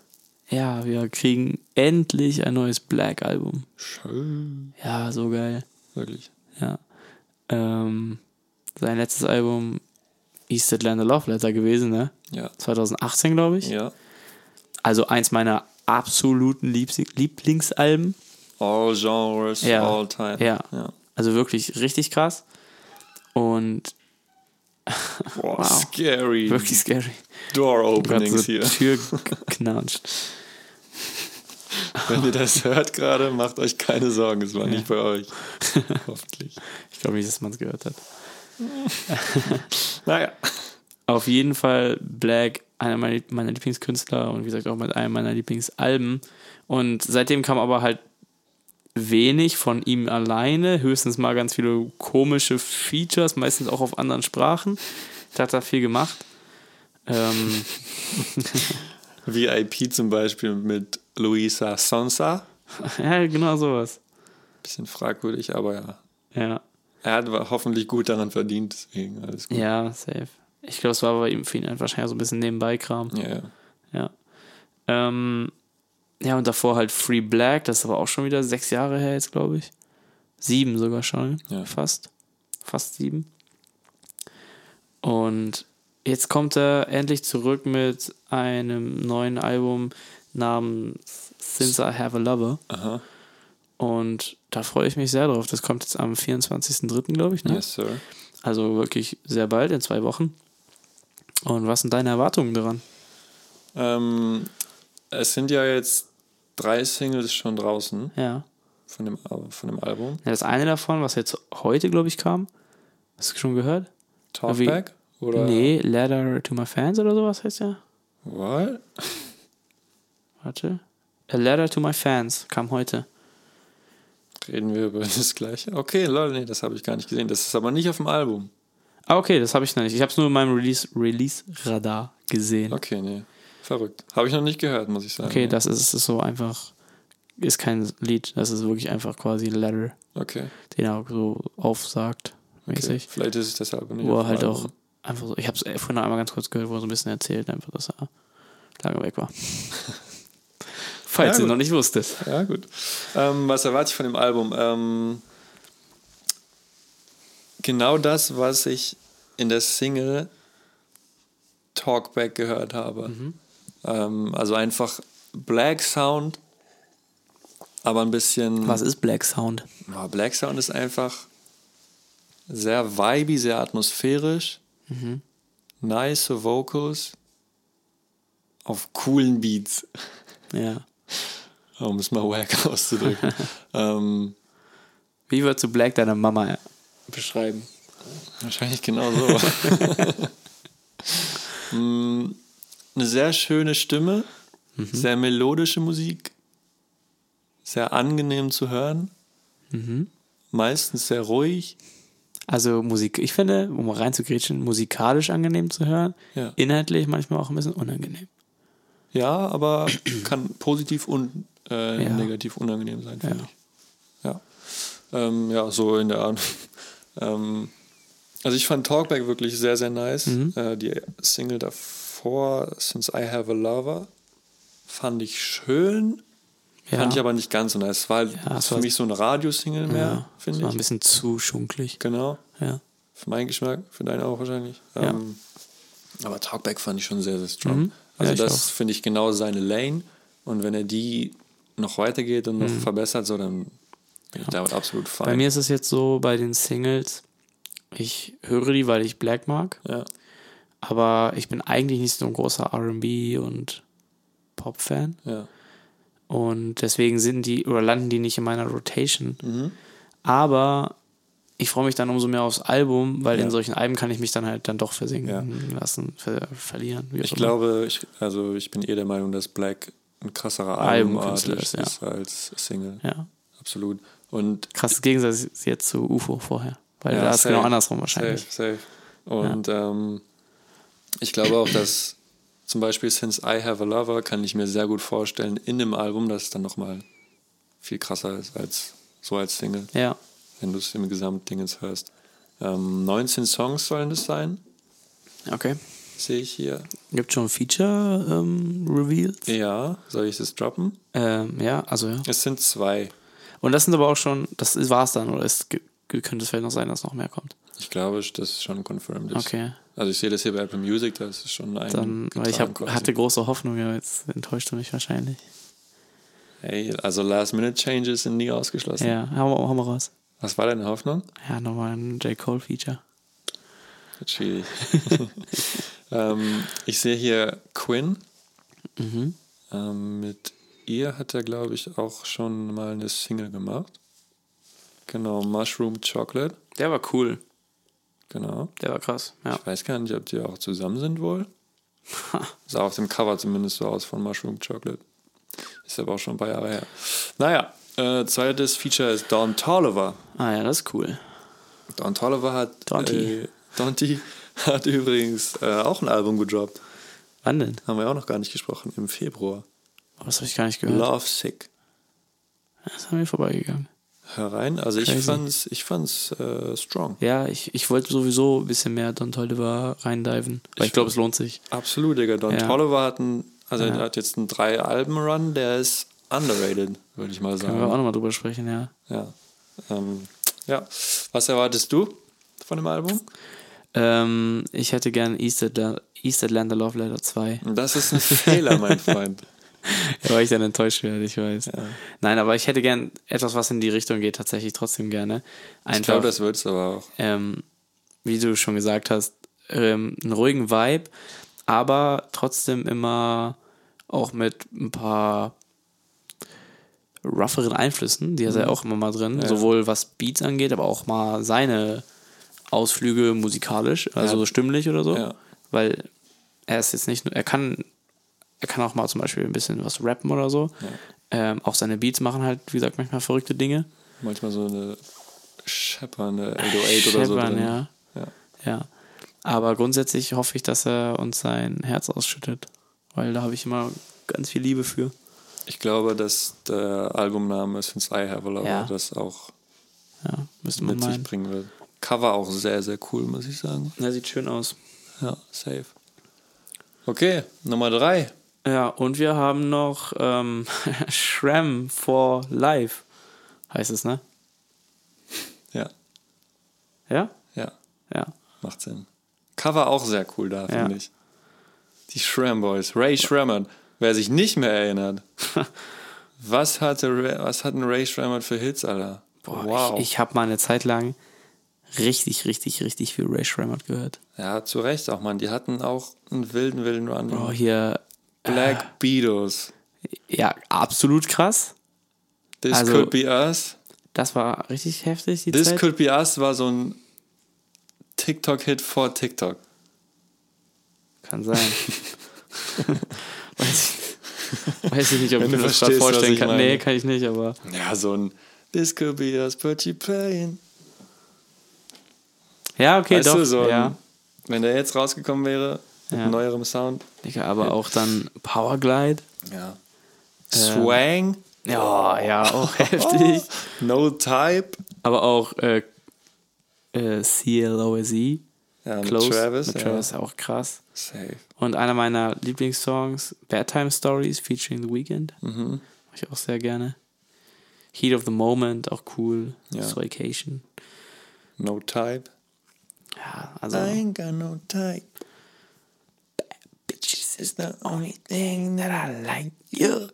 Speaker 5: ja, wir kriegen endlich ein neues Black Album.
Speaker 6: Schön.
Speaker 5: Ja, so geil.
Speaker 6: Wirklich.
Speaker 5: Ja. Ähm, sein letztes Album East Atlanta Love Letter gewesen, ne?
Speaker 6: Ja.
Speaker 5: 2018, glaube ich.
Speaker 6: Ja.
Speaker 5: Also eins meiner absoluten Liebs- Lieblingsalben.
Speaker 6: All Genres,
Speaker 5: Ja.
Speaker 6: all time.
Speaker 5: Ja.
Speaker 6: ja.
Speaker 5: Also wirklich richtig krass. Und
Speaker 6: Boah,
Speaker 5: Wow.
Speaker 6: scary.
Speaker 5: wirklich scary.
Speaker 6: Door
Speaker 5: Gerade so
Speaker 6: Openings hier.
Speaker 5: Tür knatscht.
Speaker 6: Wenn ihr das hört gerade, macht euch keine Sorgen. Es war nicht bei euch.
Speaker 5: [laughs]
Speaker 6: Hoffentlich.
Speaker 5: Ich glaube nicht, dass man es gehört hat.
Speaker 6: Naja.
Speaker 5: Auf jeden Fall Black, einer meiner, meiner Lieblingskünstler und wie gesagt auch mit einem meiner Lieblingsalben. Und seitdem kam aber halt wenig von ihm alleine, höchstens mal ganz viele komische Features, meistens auch auf anderen Sprachen. Da hat er viel gemacht. Ähm, [laughs]
Speaker 6: VIP zum Beispiel mit Luisa Sonsa.
Speaker 5: ja, genau sowas.
Speaker 6: Bisschen fragwürdig, aber ja.
Speaker 5: Ja,
Speaker 6: Er hat wa- hoffentlich gut daran verdient, deswegen alles gut.
Speaker 5: ja, safe. Ich glaube, es war bei ihm für ihn halt wahrscheinlich so ein bisschen nebenbei Kram.
Speaker 6: Ja, ja.
Speaker 5: Ja. Ähm, ja, und davor halt Free Black, das ist aber auch schon wieder sechs Jahre her jetzt, glaube ich. Sieben sogar schon,
Speaker 6: Ja.
Speaker 5: fast. Fast sieben. Und jetzt kommt er endlich zurück mit einem neuen Album namens Since I Have a Lover.
Speaker 6: Aha.
Speaker 5: Und da freue ich mich sehr drauf. Das kommt jetzt am 24.03., glaube ich. Ne?
Speaker 6: Yes, sir.
Speaker 5: Also wirklich sehr bald, in zwei Wochen. Und was sind deine Erwartungen daran?
Speaker 6: Ähm, es sind ja jetzt drei Singles schon draußen
Speaker 5: Ja.
Speaker 6: von dem, Al- von dem Album.
Speaker 5: Ja, das eine davon, was jetzt heute, glaube ich, kam. Hast du schon gehört?
Speaker 6: Talkback? Oder?
Speaker 5: Nee, Letter to My Fans oder sowas heißt ja.
Speaker 6: What?
Speaker 5: Warte. A Letter to My Fans kam heute.
Speaker 6: Reden wir über [laughs] das gleiche? Okay, lol, nee, das habe ich gar nicht gesehen. Das ist aber nicht auf dem Album.
Speaker 5: Ah, okay, das habe ich noch nicht. Ich habe es nur in meinem Release- Release-Radar gesehen. Okay,
Speaker 6: Okay, nee. Verrückt. Habe ich noch nicht gehört, muss ich sagen. Nee.
Speaker 5: das ist, ist so einfach. Ist kein Lied. Das ist wirklich einfach quasi ein Letter,
Speaker 6: Okay.
Speaker 5: den er so aufsagt.
Speaker 6: okay. also-
Speaker 5: Mäßig.
Speaker 6: Vielleicht ist es deshalb nicht.
Speaker 5: Wo
Speaker 6: auf
Speaker 5: er
Speaker 6: dem
Speaker 5: halt
Speaker 6: Album.
Speaker 5: auch einfach so. Ich habe es vorhin noch einmal ganz kurz gehört, wo er so ein bisschen erzählt, einfach, dass er lange weg
Speaker 6: [laughs]
Speaker 5: war. Falls
Speaker 6: Ja,
Speaker 5: ihr
Speaker 6: gut.
Speaker 5: noch nicht wusstet.
Speaker 6: Ja, gut. Ähm, was erwarte ich von dem Album? Ähm, genau das, was ich in der Single Talkback gehört habe.
Speaker 5: Mhm.
Speaker 6: Ähm, also einfach Black Sound, aber ein bisschen.
Speaker 5: Was ist Black Sound?
Speaker 6: Ja, Black Sound ist einfach sehr vibey, sehr atmosphärisch. Nice Vocals auf coolen Beats.
Speaker 5: Ja.
Speaker 6: um es mal wack [laughs] auszudrücken. ähm,
Speaker 5: Wie würdest du Black deiner Mama beschreiben?
Speaker 6: wahrscheinlich genau [laughs] so. Mm, Eine sehr schöne Stimme, sehr melodische Musik, sehr angenehm zu hören. Meistens sehr ruhig.
Speaker 5: Also Musik, ich finde, um rein zu grätschen, musikalisch angenehm zu hören,
Speaker 6: Ja.
Speaker 5: inhaltlich manchmal auch ein bisschen unangenehm.
Speaker 6: Ja, aber [clears throat] kann positiv und äh,
Speaker 5: Ja.
Speaker 6: negativ unangenehm sein, finde
Speaker 5: Ja.
Speaker 6: ich. Ja. Ähm, ja, so in der Art. [laughs] ähm, also ich fand Talkback wirklich sehr, sehr nice.
Speaker 5: Mhm.
Speaker 6: Äh, die Single davor, Since I Have a Lover, fand ich schön,
Speaker 5: Ja.
Speaker 6: fand ich aber nicht ganz so nice. Es war halt
Speaker 5: Ja, es
Speaker 6: für
Speaker 5: war-
Speaker 6: mich so ein Radiosingle mehr,
Speaker 5: ja, das
Speaker 6: finde
Speaker 5: war
Speaker 6: ich.
Speaker 5: ein bisschen zu schunkelig.
Speaker 6: Genau.
Speaker 5: Ja.
Speaker 6: Für meinen Geschmack, für deinen auch wahrscheinlich.
Speaker 5: Ja.
Speaker 6: Ähm, aber Talkback fand ich schon sehr, sehr strong.
Speaker 5: Mhm. Ja,
Speaker 6: Also
Speaker 5: ich
Speaker 6: das finde ich genau seine Lane. Und wenn er die noch weitergeht und noch verbessert, so dann bin ich damit absolut fein.
Speaker 5: Mhm. Bei mir ist es jetzt so, bei den Singles, ich höre die, weil ich Black mag,
Speaker 6: ja.
Speaker 5: aber ich bin eigentlich nicht so ein großer RB und Pop-Fan.
Speaker 6: Ja.
Speaker 5: Und deswegen sind die oder landen die nicht in meiner Rotation. Aber ich freue mich dann umso mehr aufs Album, weil
Speaker 6: Ja.
Speaker 5: in solchen Alben kann ich mich dann halt dann doch versinken
Speaker 6: Ja.
Speaker 5: lassen, ver verlieren. wie auch
Speaker 6: Ich
Speaker 5: immer.
Speaker 6: glaube, ich, also ich bin eher der Meinung, dass Black ein krasserer Albumkünstler
Speaker 5: Albumkünstler ist, ja.
Speaker 6: ist als Single.
Speaker 5: Ja.
Speaker 6: Absolut. Und
Speaker 5: Krasses Gegensatz jetzt zu UFO vorher. Weil
Speaker 6: Ja,
Speaker 5: da ist
Speaker 6: safe.
Speaker 5: genau andersrum wahrscheinlich.
Speaker 6: Safe, safe. Und ähm, ich glaube auch, dass zum Beispiel Since I Have a Lover kann ich mir sehr gut vorstellen in dem Album, dass es dann nochmal viel krasser ist als so als Single,
Speaker 5: Ja.
Speaker 6: wenn du es im Gesamtdingens hörst. Ähm, 19 Songs sollen es sein,
Speaker 5: Okay.
Speaker 6: sehe ich hier.
Speaker 5: Gibt schon Feature-Reveals?
Speaker 6: Ja, soll ich das droppen?
Speaker 5: ähm, ja, also ja.
Speaker 6: Es sind zwei.
Speaker 5: Und das sind aber auch schon, das war es dann, oder es ge- ge- könnte es vielleicht noch sein, dass noch mehr kommt.
Speaker 6: Ich glaube, das ist schon confirmed. Ist.
Speaker 5: Okay.
Speaker 6: Also ich sehe das hier bei Apple Music, da ist es schon ein.
Speaker 5: Dann, weil ich hab, hatte große Hoffnung, aber jetzt enttäuscht du mich wahrscheinlich.
Speaker 6: Hey, also Last-Minute-Changes sind nie ausgeschlossen.
Speaker 5: Ja, haben wir, haben wir raus.
Speaker 6: Was war deine Hoffnung?
Speaker 5: Ja, nochmal ein J. Cole-Feature.
Speaker 6: Wird Schwierig. [laughs] ähm, ich sehe hier Quinn. Ähm, mit ihr hat er, glaube ich, auch schon mal eine Single gemacht. Genau, Mushroom Chocolate.
Speaker 5: Der war cool.
Speaker 6: Genau.
Speaker 5: Der war krass. Ja.
Speaker 6: Ich weiß gar nicht, ob die auch zusammen sind wohl. Sah auf dem Cover zumindest so aus von Mushroom Chocolate. Ist aber auch schon ein paar Jahre her. Naja, äh, zweites Feature ist Don Tolliver.
Speaker 5: Ah ja, das ist cool.
Speaker 6: Don Tolliver hat.
Speaker 5: Donty.
Speaker 6: Äh, Donty [laughs] hat übrigens äh, auch ein Album gedroppt.
Speaker 5: Wann denn?
Speaker 6: Haben wir auch noch gar nicht gesprochen, im Februar.
Speaker 5: Oh, das habe ich gar nicht gehört.
Speaker 6: Love Sick.
Speaker 5: Das ist an mir vorbeigegangen.
Speaker 6: Herein. Also ich
Speaker 5: Crazy.
Speaker 6: fand's, ich fand's äh, strong.
Speaker 5: Ja, ich, ich wollte sowieso ein bisschen mehr Don Tolliver reindiven. Weil ich,
Speaker 6: Ich-
Speaker 5: glaube, es lohnt sich.
Speaker 6: Absolut, Digga. Don
Speaker 5: Ja.
Speaker 6: Tolliver hat einen, also er hat jetzt einen Drei-Alben-Run, der ist underrated, würde ich mal
Speaker 5: Können wir auch
Speaker 6: sagen.
Speaker 5: nochmal drüber sprechen, ja.
Speaker 6: Ja. Ähm, ja. Was erwartest du von dem Album?
Speaker 5: Ähm, ich hätte gern East, Atla East Atlanta Love Letter 2.
Speaker 6: Das ist ein Fehler, [laughs] mein Freund.
Speaker 5: Weil ich dann enttäuscht werde, ich weiß. Nein, aber ich hätte gern etwas, was in die Richtung geht, tatsächlich trotzdem gerne. Einfach,
Speaker 6: Ich glaube, das wird's aber auch.
Speaker 5: ähm, wie du schon gesagt hast, ähm, einen ruhigen Vibe, aber trotzdem immer auch mit ein paar rougheren Einflüssen, die hat
Speaker 6: Mhm.
Speaker 5: er auch immer mal drin, sowohl was Beats angeht, aber auch mal seine Ausflüge musikalisch, also
Speaker 6: Ja.
Speaker 5: stimmlich oder so,
Speaker 6: Ja.
Speaker 5: weil er ist jetzt nicht nur, er kann, er kann auch mal zum Beispiel ein bisschen was rappen oder so. Ähm, auch seine Beats machen halt, wie gesagt, manchmal verrückte Dinge.
Speaker 6: Manchmal so eine scheppernde 808 oder so.
Speaker 5: Shepard,
Speaker 6: Drin.
Speaker 5: ja.
Speaker 6: Ja.
Speaker 5: Ja. Aber grundsätzlich hoffe ich, dass er uns sein Herz ausschüttet. Weil da habe ich immer ganz viel Liebe für.
Speaker 6: Ich glaube, dass der Albumname Since I Have a Lover
Speaker 5: Ja.
Speaker 6: das auch
Speaker 5: Ja, müsste man
Speaker 6: mit sich
Speaker 5: meinen.
Speaker 6: bringen wird. Cover auch sehr, sehr cool, muss ich sagen.
Speaker 5: Ja, sieht schön aus.
Speaker 6: Ja, safe. Okay, Nummer drei.
Speaker 5: Ja, und wir haben noch ähm, [laughs] Shram for Life. Heißt es, ne?
Speaker 6: Ja,
Speaker 5: Ja?
Speaker 6: ja,
Speaker 5: Ja.
Speaker 6: macht Sinn. Cover auch sehr cool da, finde ich. Die Shram Boys, Ray Shrammert. Wer sich nicht
Speaker 5: [laughs]
Speaker 6: mehr erinnert, was hatte Ray, was hatten Ray Shrammert für Hits, Alter?
Speaker 5: Boah, Oh, ich, ich habe mal eine Zeit lang richtig, richtig, richtig viel Ray Shrammert gehört.
Speaker 6: ja, zu Recht auch, Mann. Die hatten auch einen wilden, wilden Run.
Speaker 5: Boah, Oh, hier,
Speaker 6: Black Beatles.
Speaker 5: ja, absolut krass.
Speaker 6: This
Speaker 5: Also-
Speaker 6: could be us.
Speaker 5: Das war richtig heftig, die
Speaker 6: This
Speaker 5: Zeit.
Speaker 6: Could Be Us war so ein TikTok-Hit vor TikTok. [laughs]
Speaker 5: Kann sein. Weiß ich. Weiß ich nicht, ob ich
Speaker 6: Wenn
Speaker 5: mir
Speaker 6: du
Speaker 5: das gerade
Speaker 6: verstehst, was
Speaker 5: vorstellen
Speaker 6: ich
Speaker 5: kann.
Speaker 6: meine.
Speaker 5: Nee, kann ich nicht, aber
Speaker 6: Ja, so ein This could be us, but you playing.
Speaker 5: ja, okay,
Speaker 6: Weißt
Speaker 5: doch.
Speaker 6: du, so ein,
Speaker 5: ja.
Speaker 6: wenn der jetzt rausgekommen wäre, mit
Speaker 5: Ja.
Speaker 6: neuerem Sound.
Speaker 5: Digga, aber auch dann Powerglide.
Speaker 6: Ja. Äh, Swang.
Speaker 5: Ja, ja,
Speaker 6: [laughs]
Speaker 5: auch heftig.
Speaker 6: No Type.
Speaker 5: Aber auch äh, äh, CLOSE,
Speaker 6: Ja, mit
Speaker 5: E. Close.
Speaker 6: Travis.
Speaker 5: mit
Speaker 6: ja.
Speaker 5: Travis auch krass.
Speaker 6: Safe.
Speaker 5: Und einer meiner Lieblingssongs, Bedtime Stories featuring The Weeknd. Mach
Speaker 6: Mhm.
Speaker 5: ich auch sehr gerne. Heat of the Moment, auch cool.
Speaker 6: Ja.
Speaker 5: Vacation.
Speaker 6: No Type.
Speaker 5: Ja, also.
Speaker 6: got no type. Bitches is the only thing that I like
Speaker 5: [laughs]
Speaker 6: you.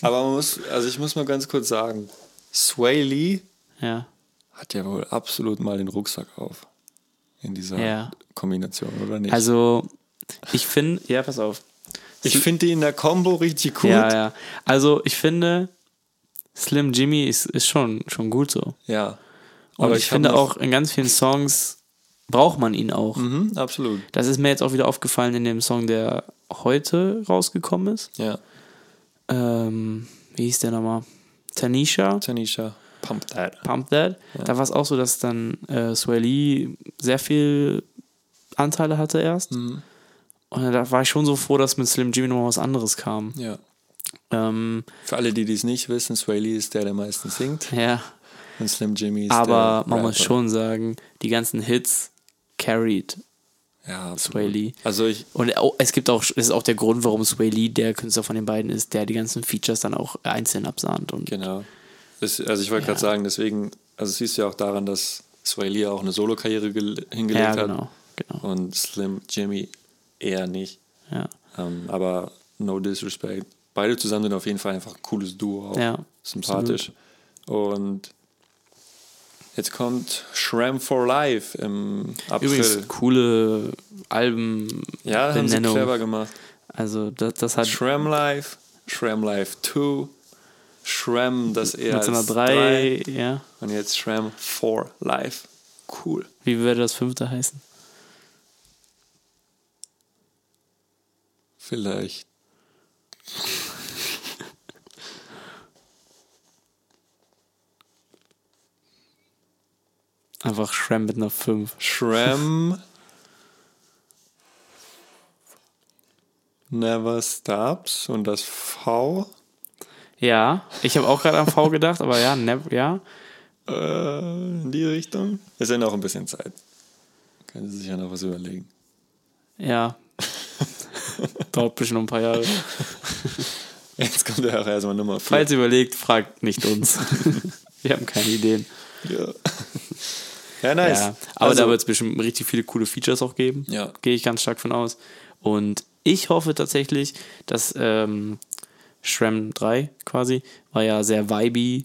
Speaker 6: Aber man muss, also ich muss mal ganz kurz sagen, Sway Lee
Speaker 5: Ja.
Speaker 6: hat ja wohl absolut mal den Rucksack auf. In dieser
Speaker 5: Ja.
Speaker 6: Kombination, oder nicht?
Speaker 5: Also, ich finde, ja, pass auf.
Speaker 6: ich finde die in der Combo richtig gut.
Speaker 5: Ja, ja. Also, ich finde, Slim Jimmy ist, ist schon, schon gut so.
Speaker 6: Ja.
Speaker 5: Und
Speaker 6: Aber
Speaker 5: ich,
Speaker 6: ich hab
Speaker 5: finde
Speaker 6: noch-
Speaker 5: auch in ganz vielen Songs braucht man ihn auch.
Speaker 6: Mhm, absolut.
Speaker 5: Das ist mir jetzt auch wieder aufgefallen in dem Song, der heute rausgekommen ist.
Speaker 6: Ja.
Speaker 5: Ähm, wie hieß der nochmal? Tanisha,
Speaker 6: Tanisha, pump that.
Speaker 5: Pump That. Da war es auch so, dass dann äh, Sway Lee sehr viel Anteile hatte erst.
Speaker 6: Mhm.
Speaker 5: Und da war ich schon so froh, dass mit Slim Jimmy nochmal was anderes kam.
Speaker 6: Ja.
Speaker 5: Ähm,
Speaker 6: Für alle, die dies nicht wissen, Sway Lee ist der, der meistens singt.
Speaker 5: ja,
Speaker 6: Und Slim Jimmy ist
Speaker 5: aber
Speaker 6: der
Speaker 5: man muss
Speaker 6: Rapper.
Speaker 5: schon sagen, die ganzen Hits carried
Speaker 6: Ja,
Speaker 5: Sway Lee.
Speaker 6: Also ich,
Speaker 5: Und au- es gibt auch, das ist auch der Grund, warum Sway Lee der Künstler von den beiden ist, der die ganzen Features dann auch einzeln absahnt. Und
Speaker 6: Genau. Es, also ich wollte
Speaker 5: Ja.
Speaker 6: gerade sagen, deswegen, also es siehst du ja auch daran, dass Swahili auch eine Solo-Karriere gel- hingelegt
Speaker 5: ja,
Speaker 6: hat
Speaker 5: genau. genau
Speaker 6: und Slim Jimmy eher nicht.
Speaker 5: ja.
Speaker 6: Ähm, aber no disrespect. Beide zusammen sind auf jeden Fall einfach ein cooles Duo. Auch.
Speaker 5: Ja,
Speaker 6: Sympathisch. Und jetzt kommt Shram for Life im April.
Speaker 5: Übrigens, coole Alben.
Speaker 6: ja, das haben sie
Speaker 5: Benennung.
Speaker 6: clever gemacht.
Speaker 5: Also, das, das hat.
Speaker 6: Shram Life, Shram Life 2, Shram das eher
Speaker 5: Jetzt sind wir
Speaker 6: als
Speaker 5: drei, ja.
Speaker 6: Und jetzt Shram for Life. Cool.
Speaker 5: Wie würde das fünfte heißen?
Speaker 6: Vielleicht.
Speaker 5: Einfach Shram mit einer 5.
Speaker 6: Shram.
Speaker 5: [laughs]
Speaker 6: Never stops. Und das V.
Speaker 5: Ja, ich habe auch gerade an V gedacht, aber ja, nev, ja.
Speaker 6: Äh, in die Richtung. Es sind noch ein bisschen Zeit. Können Sie sich ja noch was überlegen. [laughs]
Speaker 5: Ja. Dauert bestimmt noch ein paar Jahre.
Speaker 6: Jetzt kommt ja auch erstmal Nummer 4.
Speaker 5: Falls ihr überlegt, fragt nicht
Speaker 6: [laughs]
Speaker 5: uns. Wir haben keine Ideen.
Speaker 6: Ja. ja, nice.
Speaker 5: Ja, aber
Speaker 6: Also,
Speaker 5: da wird es bestimmt richtig viele coole Features auch geben.
Speaker 6: Ja.
Speaker 5: Gehe ich ganz stark von aus. Und ich hoffe tatsächlich, dass ähm, Shrem 3 quasi war ja sehr vibey.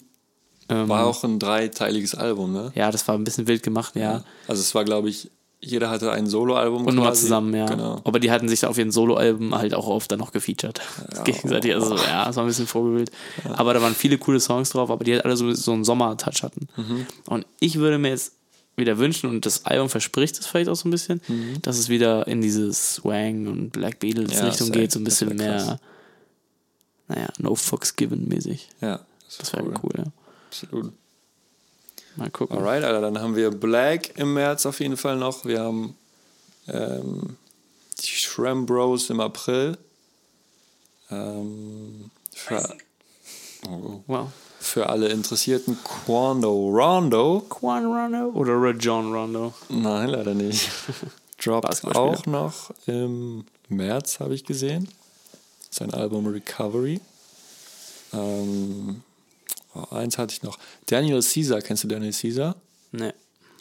Speaker 5: Ähm,
Speaker 6: War auch ein dreiteiliges Album, ne?
Speaker 5: Ja, das war ein bisschen wild gemacht, ja.
Speaker 6: Also es war, glaube ich, jeder hatte ein Soloalbum
Speaker 5: Und nochmal
Speaker 6: quasi.
Speaker 5: zusammen, ja.
Speaker 6: Genau.
Speaker 5: Aber die hatten sich auf ihren Soloalben halt auch oft dann noch gefeatured. [laughs] Gegenseitig, also ja, es war ein bisschen vorgewählt. Aber da waren viele coole Songs drauf, aber die halt alle so, so einen Sommer-Touch hatten.
Speaker 6: Mhm.
Speaker 5: Und ich würde mir jetzt wieder wünschen, und das Album verspricht es vielleicht auch so ein bisschen, dass es wieder in dieses Swang und Black Beatles
Speaker 6: Mhm. Ja,
Speaker 5: Richtung
Speaker 6: safe.
Speaker 5: geht, so ein
Speaker 6: Das
Speaker 5: bisschen
Speaker 6: wär krass.
Speaker 5: mehr, naja, No Fucks Given mäßig.
Speaker 6: Ja,
Speaker 5: Das wäre cool, ja.
Speaker 6: Absolut.
Speaker 5: Mal gucken.
Speaker 6: Alright, Alter, dann haben wir Black im März auf jeden Fall noch. Wir haben ähm, die Shrem Bros im April. Ähm, für,
Speaker 5: Wow.
Speaker 6: für alle Interessierten, Quando Rondo.
Speaker 5: Quan Rondo oder Red John Rondo?
Speaker 6: Nein, leider [laughs] nicht. Droppt
Speaker 5: Basketballspieler.
Speaker 6: auch noch im März, habe ich gesehen. Sein Album Recovery. Ähm, oh, eins hatte ich noch. Daniel Caesar, kennst du Daniel Caesar?
Speaker 5: Nee.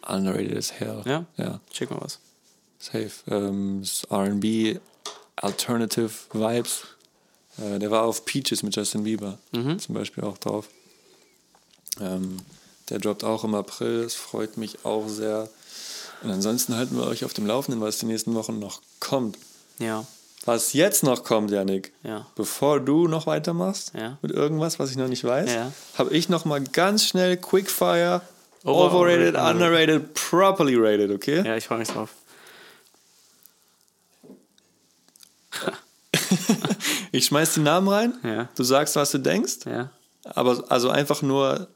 Speaker 6: Underrated as hell.
Speaker 5: Ja?
Speaker 6: Ja.
Speaker 5: Schick mal was.
Speaker 6: Safe. Ähm, ist RB, Alternative Vibes. Äh, der war auf Peaches mit Justin Bieber
Speaker 5: Mhm.
Speaker 6: zum Beispiel auch drauf. Ähm, der droppt auch im April, das freut mich auch sehr. Und ansonsten halten wir euch auf dem Laufenden, was die nächsten Wochen noch kommt.
Speaker 5: Ja.
Speaker 6: Was jetzt noch kommt, Janik,
Speaker 5: Ja.
Speaker 6: bevor du noch weitermachst
Speaker 5: Ja.
Speaker 6: mit irgendwas, was ich noch nicht weiß,
Speaker 5: Ja.
Speaker 6: habe ich noch mal ganz schnell Quickfire,
Speaker 5: Over-
Speaker 6: overrated,
Speaker 5: overrated,
Speaker 6: underrated, properly rated, okay?
Speaker 5: Ja, ich freue mich drauf.
Speaker 6: Ich schmeiß die Namen rein,
Speaker 5: Ja.
Speaker 6: du sagst, was du denkst,
Speaker 5: Ja.
Speaker 6: aber also einfach nur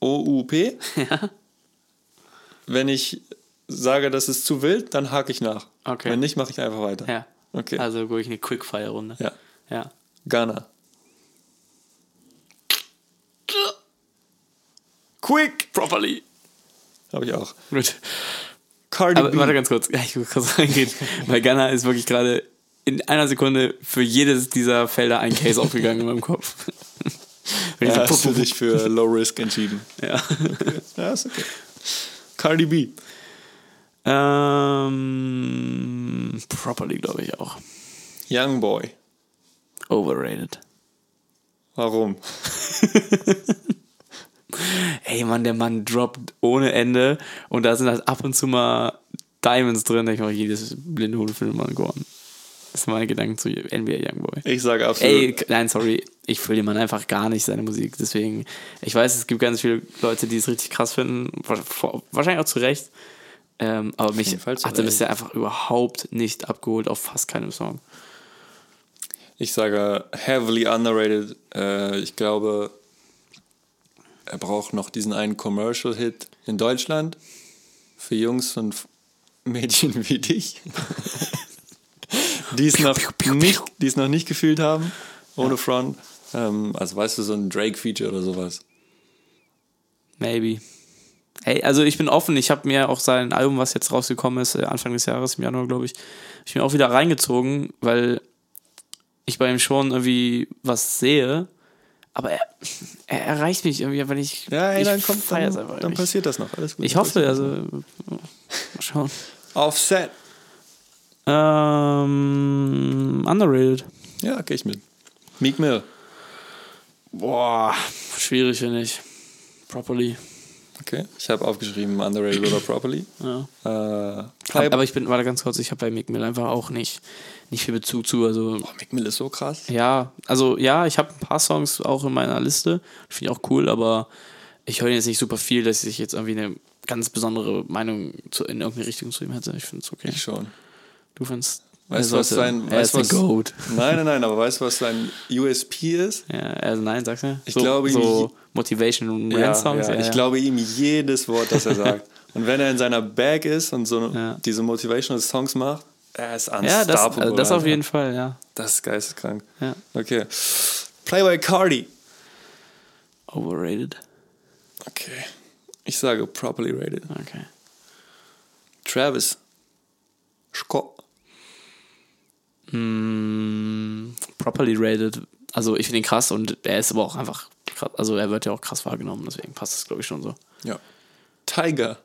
Speaker 6: OUP.
Speaker 5: [laughs]
Speaker 6: Wenn ich sage, das ist zu wild, dann hake ich nach.
Speaker 5: Okay.
Speaker 6: Wenn nicht, mache ich einfach weiter.
Speaker 5: Ja.
Speaker 6: Okay.
Speaker 5: Also ruhig eine Quickfire-Runde.
Speaker 6: Ja.
Speaker 5: Ja.
Speaker 6: Ghana. Quick!
Speaker 5: Properly.
Speaker 6: Habe ich auch.
Speaker 5: Gut.
Speaker 6: Cardi
Speaker 5: Aber
Speaker 6: B.
Speaker 5: warte ganz kurz. Ja, ich muss kurz
Speaker 6: [laughs]
Speaker 5: reingehen. Weil Ghana ist wirklich gerade in einer Sekunde für jedes dieser Felder ein Case aufgegangen in meinem
Speaker 6: [laughs]
Speaker 5: Kopf.
Speaker 6: Ja, hast du dich für Low Risk entschieden.
Speaker 5: ja.
Speaker 6: Ja, ist okay. Cardi B.
Speaker 5: Ähm, properly, glaube ich auch.
Speaker 6: Young Boy.
Speaker 5: Overrated.
Speaker 6: Warum?
Speaker 5: Ey, Mann, der Mann droppt ohne Ende und da sind halt ab und zu mal Diamonds drin. Ich mache jedes blinde Hude für den Mann geworden. Das sind meine Gedanken zu NBA Youngboy.
Speaker 6: Ich sage absolut.
Speaker 5: Ey, k- nein, sorry, ich fühle den Mann einfach gar nicht, seine Musik. Deswegen, ich weiß, es gibt ganz viele Leute, die es richtig krass finden. Wa- vor- Wahrscheinlich auch zu Recht. Ähm, aber mich
Speaker 6: jeden Fall zu
Speaker 5: hat er
Speaker 6: Recht.
Speaker 5: bisher einfach überhaupt nicht abgeholt auf fast keinem Song.
Speaker 6: Ich sage heavily underrated. Äh, ich glaube, er braucht noch diesen einen Commercial-Hit in Deutschland für Jungs und F- Mädchen [laughs] wie dich, die es noch nicht, die es noch nicht gefühlt haben, ohne Front. Ähm, also weißt du, so ein Drake-Feature oder sowas.
Speaker 5: Maybe. Ey, also ich bin offen. Ich habe mir auch sein Album, was jetzt rausgekommen ist, äh, Anfang des Jahres, im Januar, glaube ich, hab ich mir auch wieder reingezogen, weil ich bei ihm schon irgendwie was sehe. Aber er, er erreicht mich irgendwie, weil ich. ich feier's einfach
Speaker 6: dann
Speaker 5: irgendwie.
Speaker 6: passiert das noch. Alles gut.
Speaker 5: Ich hoffe, also. äh, Mal schauen.
Speaker 6: Offset.
Speaker 5: Ähm, underrated.
Speaker 6: Ja, gehe ich mit. Meek Mill.
Speaker 5: Boah, schwierig, finde ich. Properly.
Speaker 6: Okay. Ich habe aufgeschrieben, underrated oder properly.
Speaker 5: Ja.
Speaker 6: Äh,
Speaker 5: Aber, aber ich bin, warte ganz kurz, ich habe bei Mick Mill einfach auch nicht, nicht viel Bezug zu. Also,
Speaker 6: Boah, Meek Mill ist so krass.
Speaker 5: ja, also ja, ich habe ein paar Songs auch in meiner Liste. Finde ich auch cool, aber ich höre jetzt nicht super viel, dass ich jetzt irgendwie eine ganz besondere Meinung zu, in irgendeine Richtung zu ihm hätte. Ich finde es okay.
Speaker 6: Ich schon.
Speaker 5: Du findest.
Speaker 6: Weißt du,
Speaker 5: er
Speaker 6: was
Speaker 5: sollte-
Speaker 6: sein.
Speaker 5: Er
Speaker 6: Weißt,
Speaker 5: ist
Speaker 6: du,
Speaker 5: ein
Speaker 6: was,
Speaker 5: Goat.
Speaker 6: Nein, nein, nein, aber weißt du, was sein USP ist?
Speaker 5: Ja, also nein, sagst du?
Speaker 6: Ich glaube,
Speaker 5: so Motivation
Speaker 6: Ja,
Speaker 5: Rant Songs.
Speaker 6: ja.
Speaker 5: Ja,
Speaker 6: ich
Speaker 5: ja.
Speaker 6: glaube ihm jedes Wort, das
Speaker 5: [laughs]
Speaker 6: er sagt. Und wenn er in seiner Bag ist und so
Speaker 5: Ja.
Speaker 6: diese Motivational Songs macht, er ist unstoppable.
Speaker 5: Ja, das, also das auf
Speaker 6: Alter.
Speaker 5: jeden Fall, ja.
Speaker 6: Das ist geisteskrank.
Speaker 5: Ja.
Speaker 6: Okay. Playboy Cardi.
Speaker 5: Overrated.
Speaker 6: Okay. Ich sage properly rated.
Speaker 5: Okay.
Speaker 6: Travis. Scott.
Speaker 5: Mm, properly rated. Also ich finde ihn krass und er ist aber auch einfach krass. Also er wird ja auch krass wahrgenommen, deswegen passt das, glaube ich, schon so.
Speaker 6: Ja.
Speaker 5: [laughs]
Speaker 6: Tiger.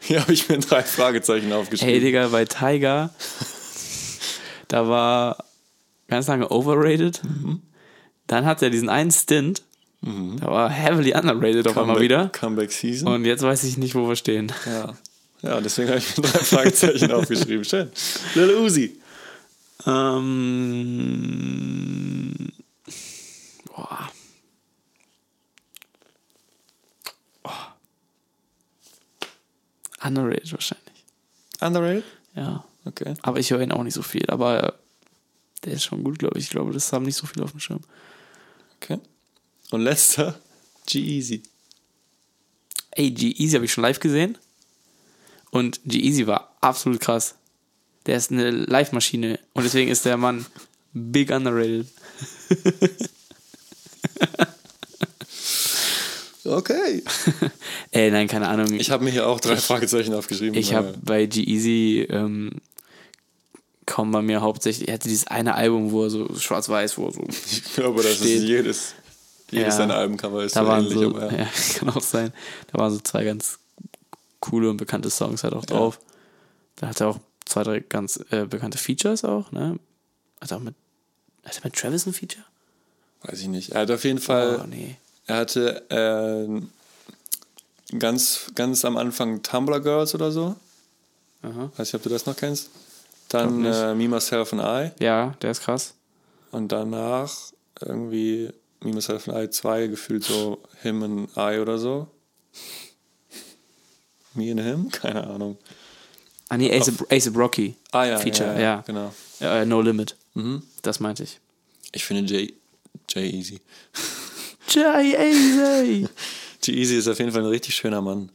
Speaker 6: Hier habe ich mir drei Fragezeichen aufgeschrieben.
Speaker 5: Ey, Digga, bei Tiger, da war ganz lange overrated.
Speaker 6: Mhm.
Speaker 5: Dann hat er diesen einen Stint, da war heavily underrated auf einmal
Speaker 6: Comeback-
Speaker 5: wieder.
Speaker 6: Comeback Season.
Speaker 5: Und jetzt weiß ich nicht, wo wir stehen.
Speaker 6: Ja. Ja, deswegen habe ich mir drei [laughs] Fragezeichen aufgeschrieben. Schön. Lil Uzi.
Speaker 5: Ähm, boah. Boah. Underrated wahrscheinlich.
Speaker 6: Underrated?
Speaker 5: Ja.
Speaker 6: Okay.
Speaker 5: Aber ich höre ihn auch nicht so viel. Aber äh, der ist schon gut, glaube ich. Ich glaube, das haben nicht so viele auf dem Schirm.
Speaker 6: Okay. Und letzter, G-Easy.
Speaker 5: Ey, G-Easy habe ich schon live gesehen. Und G-Easy war absolut krass. Der ist eine Live-Maschine. Und deswegen ist der Mann big underrated.
Speaker 6: Okay.
Speaker 5: Ey, nein, keine Ahnung.
Speaker 6: Ich habe mir hier auch drei Fragezeichen aufgeschrieben.
Speaker 5: Ich habe bei G-Eazy ähm, kommen bei mir hauptsächlich, er hatte dieses eine Album, wo er so schwarz-weiß, wo er
Speaker 6: [laughs]
Speaker 5: so.
Speaker 6: Ich glaube, äh, das
Speaker 5: steht-
Speaker 6: ist jedes, jedes
Speaker 5: Ja.
Speaker 6: seiner Albencover ist
Speaker 5: Da
Speaker 6: so
Speaker 5: waren
Speaker 6: ähnlich.
Speaker 5: so,
Speaker 6: aber
Speaker 5: [laughs]
Speaker 6: ja.
Speaker 5: ja, kann auch sein. Da waren so zwei ganz coole und bekannte Songs halt auch drauf. Da hat er auch zwei, drei ganz äh, bekannte Features auch, ne? Hat er auch mit, hat er mit Travis ein Feature?
Speaker 6: Weiß ich nicht. Er hat auf jeden Fall,
Speaker 5: oh, nee.
Speaker 6: er hatte ähm, ganz, ganz am Anfang Tumblr Girls oder so.
Speaker 5: Aha.
Speaker 6: Weiß nicht, ob du das noch kennst. Dann
Speaker 5: nicht.
Speaker 6: äh, Me, Myself and I.
Speaker 5: Ja, der ist krass.
Speaker 6: Und danach irgendwie Me, Myself and I 2 gefühlt so Him and I oder so. Me and Him? [laughs] Keine Ahnung.
Speaker 5: Ah, nee, Ace, Ace Rocky.
Speaker 6: Ah ja,
Speaker 5: Feature,
Speaker 6: ja, ja,
Speaker 5: ja.
Speaker 6: genau. Mhm.
Speaker 5: Äh, no Limit. Das meinte ich.
Speaker 6: Ich finde Jay, Jay Easy.
Speaker 5: [laughs] Jay
Speaker 6: Jay Easy ist auf jeden Fall ein richtig schöner Mann.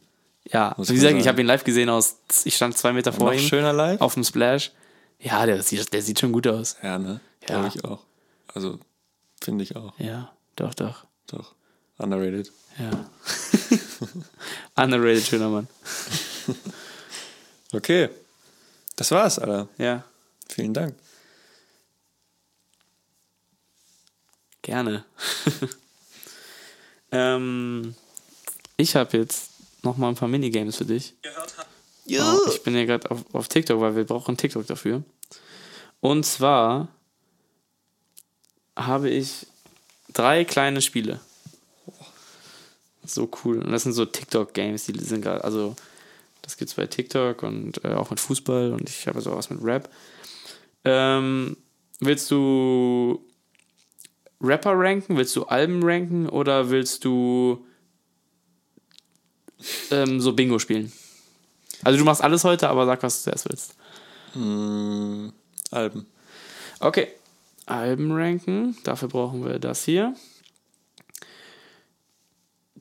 Speaker 5: Ja, also
Speaker 6: Muss
Speaker 5: wie
Speaker 6: ich
Speaker 5: gesagt,
Speaker 6: mal
Speaker 5: ich
Speaker 6: sagen.
Speaker 5: habe ihn live gesehen aus, ich stand zwei Meter vor
Speaker 6: Noch
Speaker 5: ihm.
Speaker 6: schöner live?
Speaker 5: Auf dem Splash. Ja, der, sieht- der sieht schon gut aus.
Speaker 6: Ja, ne?
Speaker 5: Ja.
Speaker 6: Glaube ich auch. Also, finde ich auch.
Speaker 5: Ja, doch, doch.
Speaker 6: Doch. Underrated.
Speaker 5: Ja. [laughs] Underrated schöner Mann.
Speaker 6: Okay. Das war's, Alter.
Speaker 5: Ja,
Speaker 6: Vielen Dank.
Speaker 5: gerne. [laughs] ähm, ich habe jetzt noch mal ein paar Minigames für dich. Oh, ich bin ja gerade auf, auf TikTok, weil wir brauchen TikTok dafür. Und zwar habe ich drei kleine Spiele. So cool. Und das sind so TikTok-Games, die sind gerade, also das gibt's bei TikTok und äh, auch mit Fußball und ich habe so was mit Rap. Ähm, willst du Rapper ranken? Willst du Alben ranken oder willst du ähm, so Bingo spielen? Also du machst alles heute, aber sag, was du zuerst willst.
Speaker 6: Mm, Alben. [laughs]
Speaker 5: Okay. Alben ranken. Dafür brauchen wir das hier.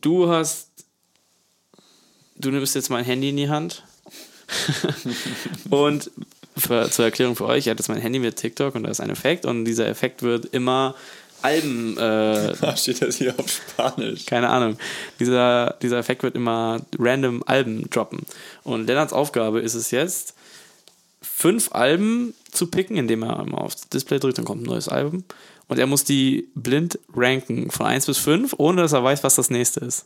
Speaker 5: Du hast. Du nimmst jetzt mein Handy in die Hand. und für, zur Erklärung für euch, ich hatte jetzt mein Handy mit TikTok und da ist ein Effekt und dieser Effekt wird immer Alben äh,
Speaker 6: Da Ah, steht das hier auf Spanisch.
Speaker 5: keine Ahnung. Dieser, dieser Effekt wird immer random Alben droppen. Und Lennarts Aufgabe ist es jetzt, fünf Alben zu picken, indem er einmal aufs Display drückt, dann kommt ein neues Album. Und er muss die blind ranken, von 1 bis 5, ohne dass er weiß, was das nächste ist.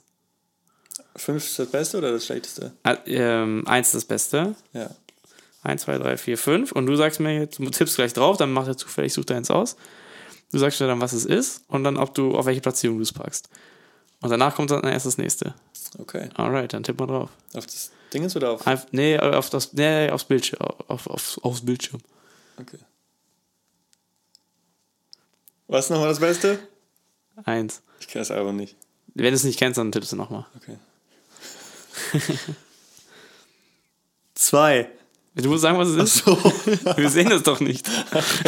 Speaker 6: Fünf ist das Beste oder das Schlechteste?
Speaker 5: Ah, Ähm, 1 ist das Beste.
Speaker 6: Ja.
Speaker 5: 1, 2, 3, 4, 5. Und du sagst mir jetzt, du tippst gleich drauf, dann macht er zufällig, sucht er eins aus. Du sagst mir dann, was es ist und dann, ob du, auf welche Platzierung du es packst. Und danach kommt dann erst das nächste.
Speaker 6: Okay.
Speaker 5: Alright, dann tipp mal drauf.
Speaker 6: Auf das Ding ist oder auf.
Speaker 5: Einf nee, auf das, nee, aufs Bildschirm. Auf, aufs, aufs Bildschirm.
Speaker 6: Okay. Was ist nochmal das Beste?
Speaker 5: Eins.
Speaker 6: Ich kenne das Album nicht.
Speaker 5: Wenn du es nicht kennst, dann tippst du nochmal.
Speaker 6: Okay. [laughs] Zwei.
Speaker 5: Du musst sagen, was es ist.
Speaker 6: So.
Speaker 5: Wir sehen das doch nicht.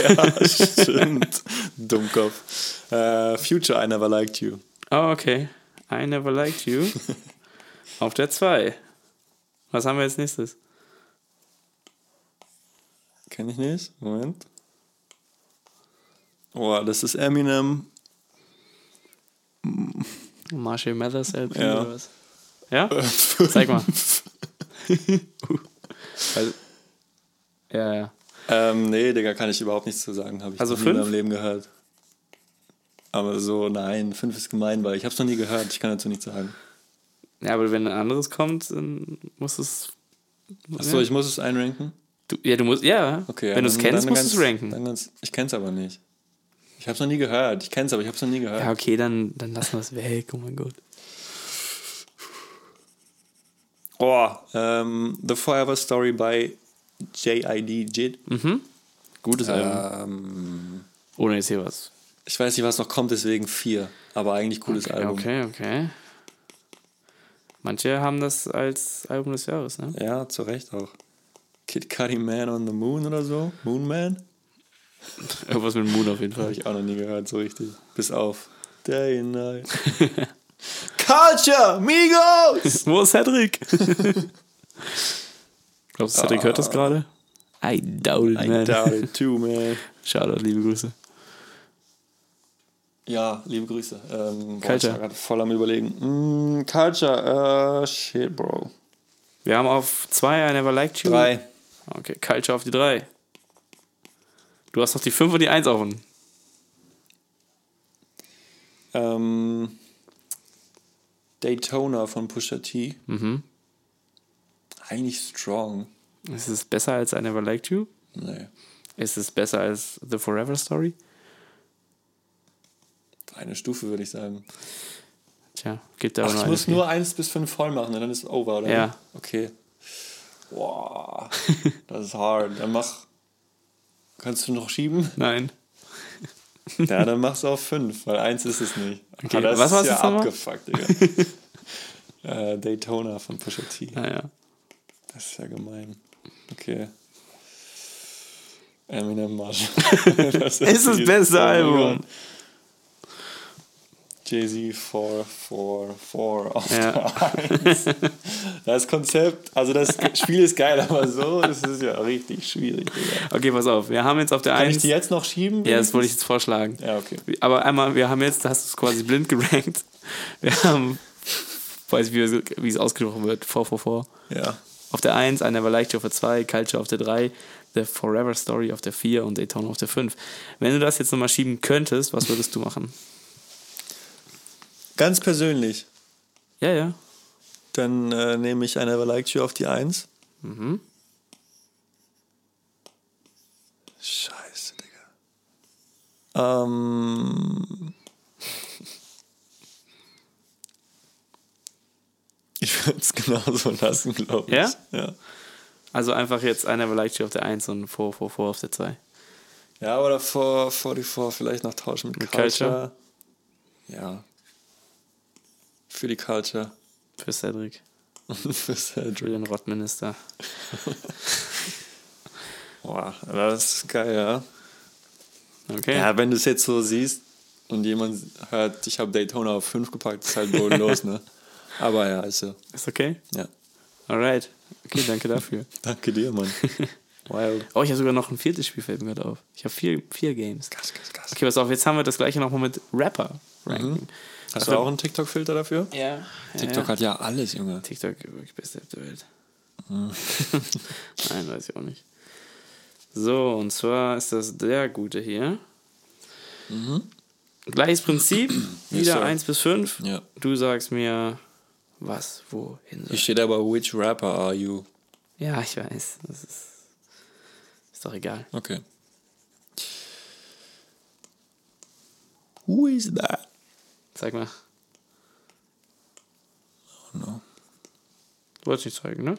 Speaker 6: ja, stimmt. Dummkopf. Äh, Future, I never liked you.
Speaker 5: Oh, okay. I never liked you.
Speaker 6: [laughs]
Speaker 5: auf der 2. Was haben wir als nächstes?
Speaker 6: Kenn ich nicht. Moment. Oh, das ist Eminem.
Speaker 5: Marshall Mathers LP
Speaker 6: Ja.
Speaker 5: oder was? Ja?
Speaker 6: [laughs]
Speaker 5: Zeig mal.
Speaker 6: Also,
Speaker 5: Ja, ja.
Speaker 6: ähm, nee, Digga, kann ich überhaupt nichts zu sagen. Habe ich
Speaker 5: Also
Speaker 6: noch nie
Speaker 5: fünf?
Speaker 6: in meinem Leben gehört. Aber so, nein, fünf ist gemein, weil ich habe es noch nie gehört. Ich kann dazu nichts sagen.
Speaker 5: Ja, aber wenn ein anderes kommt, dann muss es.
Speaker 6: Achso, ich muss es einranken?
Speaker 5: Du, ja, du musst. Ja,
Speaker 6: Okay.
Speaker 5: wenn du es
Speaker 6: dann-
Speaker 5: kennst,
Speaker 6: dann
Speaker 5: musst
Speaker 6: ganz-
Speaker 5: du es ranken.
Speaker 6: Dann ganz, ich kenn's aber nicht. Ich hab's noch nie gehört. Ich kenn's, aber ich hab's noch nie gehört.
Speaker 5: Ja, okay, dann, dann lassen wir es weg. Oh mein Gott.
Speaker 6: Oh, ähm, The Forever Story by J.I.D. Jid.
Speaker 5: Mhm. Gutes Album.
Speaker 6: Ähm,
Speaker 5: Ohne jetzt hier was
Speaker 6: ich weiß nicht, was noch kommt, deswegen vier. Aber eigentlich cooles Album.
Speaker 5: Okay, okay. Manche haben das als Album des Jahres, ne?
Speaker 6: Ja, zu Recht auch. Kid Cudi Man on the Moon oder so. Moon Man?
Speaker 5: [laughs] Irgendwas mit Moon auf jeden
Speaker 6: Habe
Speaker 5: Fall.
Speaker 6: ich auch noch nie gehört, so richtig. Bis auf Day and
Speaker 5: [laughs]
Speaker 6: Night. Culture, Migos!
Speaker 5: Wo ist Cedric? [laughs] Glaubst du, Cedric hört das gerade? I doubt it,
Speaker 6: I
Speaker 5: man.
Speaker 6: doubt it too, man.
Speaker 5: Shoutout, liebe Grüße.
Speaker 6: Ja, liebe Grüße. Ähm, boah, ich
Speaker 5: Culture.
Speaker 6: war gerade voll am überlegen. Mm, Culture, äh, shit, Bro.
Speaker 5: Wir haben auf zwei I Never Liked You.
Speaker 6: Drei.
Speaker 5: Okay, Culture auf die drei. Du hast noch die fünf und die eins offen.
Speaker 6: Ähm, Daytona von Pusha T.
Speaker 5: Mhm.
Speaker 6: Eigentlich strong.
Speaker 5: Ist es besser als I Never Liked You?
Speaker 6: Nee,
Speaker 5: Ist es besser als The Forever Story?
Speaker 6: eine Stufe würde ich sagen.
Speaker 5: Tja, gibt da
Speaker 6: Ach,
Speaker 5: nur
Speaker 6: ich
Speaker 5: eine
Speaker 6: muss
Speaker 5: vier.
Speaker 6: nur eins bis fünf voll machen und dann ist es over, oder?
Speaker 5: Ja.
Speaker 6: Okay.
Speaker 5: [laughs]
Speaker 6: Boah, das ist hard. Dann mach. Kannst du noch schieben?
Speaker 5: Nein.
Speaker 6: Ja, dann mach's auf fünf, weil eins ist es nicht.
Speaker 5: Okay,
Speaker 6: Ah, das
Speaker 5: was
Speaker 6: ist
Speaker 5: war's
Speaker 6: ja
Speaker 5: jetzt nochmal?
Speaker 6: abgefuckt, Digga.
Speaker 5: [laughs]
Speaker 6: äh, Daytona von Pusha T.
Speaker 5: Naja.
Speaker 6: Das ist ja gemein. Okay.
Speaker 5: [laughs]
Speaker 6: Eminem Marshall. das
Speaker 5: Ist das
Speaker 6: die-
Speaker 5: beste
Speaker 6: Oh mein
Speaker 5: Album.
Speaker 6: Gott. Jay-Z 444 auf
Speaker 5: Ja.
Speaker 6: der 1. Das Konzept, also das Spiel ist geil, aber so ist es ja richtig schwierig. Digga.
Speaker 5: Okay, pass auf. Wir haben jetzt auf der
Speaker 6: Kann ich
Speaker 5: 1.
Speaker 6: die jetzt noch schieben?
Speaker 5: Ja, das wollte ich jetzt vorschlagen.
Speaker 6: Ja, okay.
Speaker 5: Aber einmal, wir haben jetzt, hast du es quasi blind gerankt. Wir haben, weiß ich, wie, es- wie es ausgesprochen wird, 444.
Speaker 6: Ja.
Speaker 5: Auf der 1, Anna Valaichi auf der 2, Culture auf der 3, The Forever Story auf der 4 und Daytona auf der 5. Wenn du das jetzt nochmal schieben könntest, was würdest du machen?
Speaker 6: Ganz persönlich,
Speaker 5: Ja, ja.
Speaker 6: dann äh, nehme ich I Never Liked You auf die 1. Mhm. Scheiße, Digga. Ähm. [laughs] Ich würde es genauso lassen, glaube ich.
Speaker 5: Ja?
Speaker 6: ja?
Speaker 5: Also einfach jetzt I Never Liked You auf der 1 und 444 auf der 2.
Speaker 6: Ja, oder vor 44 vielleicht noch tauschen mit,
Speaker 5: Mit
Speaker 6: Culture. Ja. Für die Culture. [laughs]
Speaker 5: Für Cedric,
Speaker 6: Für
Speaker 5: für
Speaker 6: Cedric.
Speaker 5: den Rottminister.
Speaker 6: Boah, das ist geil, ja.
Speaker 5: Okay.
Speaker 6: Ja, wenn du es jetzt so siehst und jemand hört, ich habe Daytona auf 5 gepackt, ist halt [laughs] bodenlos, ne? Aber ja, also,
Speaker 5: Ist okay?
Speaker 6: ja.
Speaker 5: Alright. Okay, danke dafür.
Speaker 6: Danke dir, [laughs] Mann. Wild.
Speaker 5: Oh, ich habe sogar noch ein viertes Spiel, fällt mir gerade auf. Ich habe vier, vier Games.
Speaker 6: Gas, gas, gas.
Speaker 5: Okay, pass auf, jetzt haben wir das gleiche nochmal mit Rapper. Ranking.
Speaker 6: Hast du auch einen TikTok-Filter dafür?
Speaker 5: Ja.
Speaker 6: TikTok hat Also ja alles, Junge.
Speaker 5: TikTok wirklich beste App der Welt.
Speaker 6: Mhm.
Speaker 5: [laughs] Nein, weiß ich auch nicht. So, und zwar ist das der gute hier. Gleiches
Speaker 6: [clears throat]
Speaker 5: Prinzip, wieder
Speaker 6: Mhm. sir.
Speaker 5: 1 bis 5.
Speaker 6: Ja.
Speaker 5: Du sagst mir, was, wohin soll.
Speaker 6: Hier steht aber, which rapper are you?
Speaker 5: Ja, ich weiß. Das ist, ist doch egal.
Speaker 6: Okay. Who is that?
Speaker 5: Zeig mal.
Speaker 6: Oh no.
Speaker 5: Du wolltest nicht zeigen, ne?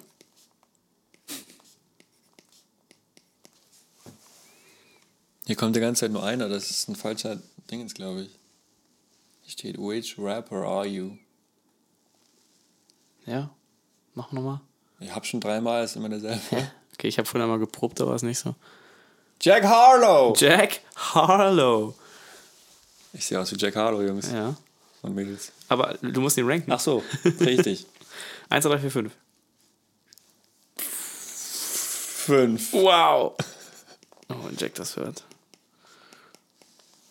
Speaker 6: Hier kommt die ganze Zeit nur einer, das ist ein falscher Dingens, glaube ich. Hier steht, which rapper are you?
Speaker 5: Ja. Mach nochmal.
Speaker 6: Ich hab schon dreimal, ist immer derselbe.
Speaker 5: Okay, ich habe vorhin einmal geprobt, aber ist nicht so.
Speaker 6: Jack Harlow!
Speaker 5: Jack Harlow.
Speaker 6: Ich sehe aus wie Jack Harlow, Jungs
Speaker 5: Ja.
Speaker 6: und Mädels.
Speaker 5: Aber du musst ihn ranken.
Speaker 6: Ach so, richtig.
Speaker 5: 1, 2, 3, 4, 5.
Speaker 6: [laughs] Fünf.
Speaker 5: Wow. Oh, wenn Jack das hört.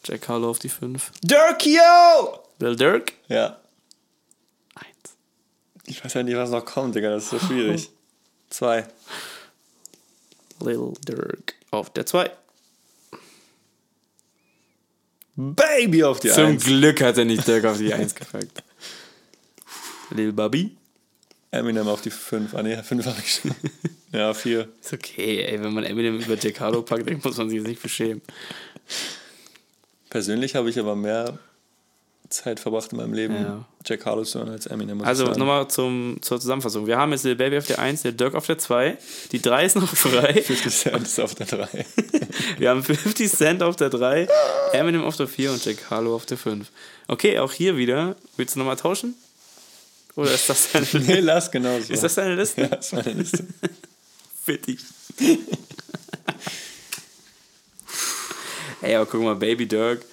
Speaker 5: Jack Harlow auf die 5.
Speaker 6: Dirkio!
Speaker 5: Bill Dirk.
Speaker 6: Ja.
Speaker 5: 1.
Speaker 6: Ich weiß ja nicht, was noch kommt, Digga, das ist so
Speaker 5: [laughs]
Speaker 6: schwierig. Zwei.
Speaker 5: Lil Dirk auf der 2.
Speaker 6: Baby auf die
Speaker 5: Zum
Speaker 6: Eins.
Speaker 5: Glück hat er nicht Dirk auf die 1 gepackt. [laughs] Lil Bobby.
Speaker 6: Eminem auf die fünf. Ah, ne, [laughs] fünf habe
Speaker 5: [laughs]
Speaker 6: ich schon. Ja, vier.
Speaker 5: Ist okay, ey. Wenn man Eminem über Jack Harlow packt, dann muss man sich jetzt nicht beschämen.
Speaker 6: Persönlich habe ich aber mehr Zeit verbracht in meinem Leben,
Speaker 5: Ja.
Speaker 6: Jack Harlow zu hören, als Eminem. muss ich
Speaker 5: Also
Speaker 6: sagen. [laughs]
Speaker 5: nochmal zum, zur Zusammenfassung. Wir haben jetzt Lil Baby auf der 1, Lil Dirk auf der 2. Die 3 ist noch frei.
Speaker 6: 50 Cent ist auf
Speaker 5: [laughs]
Speaker 6: der drei.
Speaker 5: Wir haben 50 Cent auf der 3, Eminem auf der 4 und Jack Harlow auf der 5. Okay, auch hier wieder. Willst du nochmal tauschen? Oder ist das deine Liste?
Speaker 6: nee, lass genau so.
Speaker 5: Ist das deine Liste?
Speaker 6: ja, das ist meine Liste. [laughs]
Speaker 5: Fittig. Ey, aber guck mal, Baby Dirk,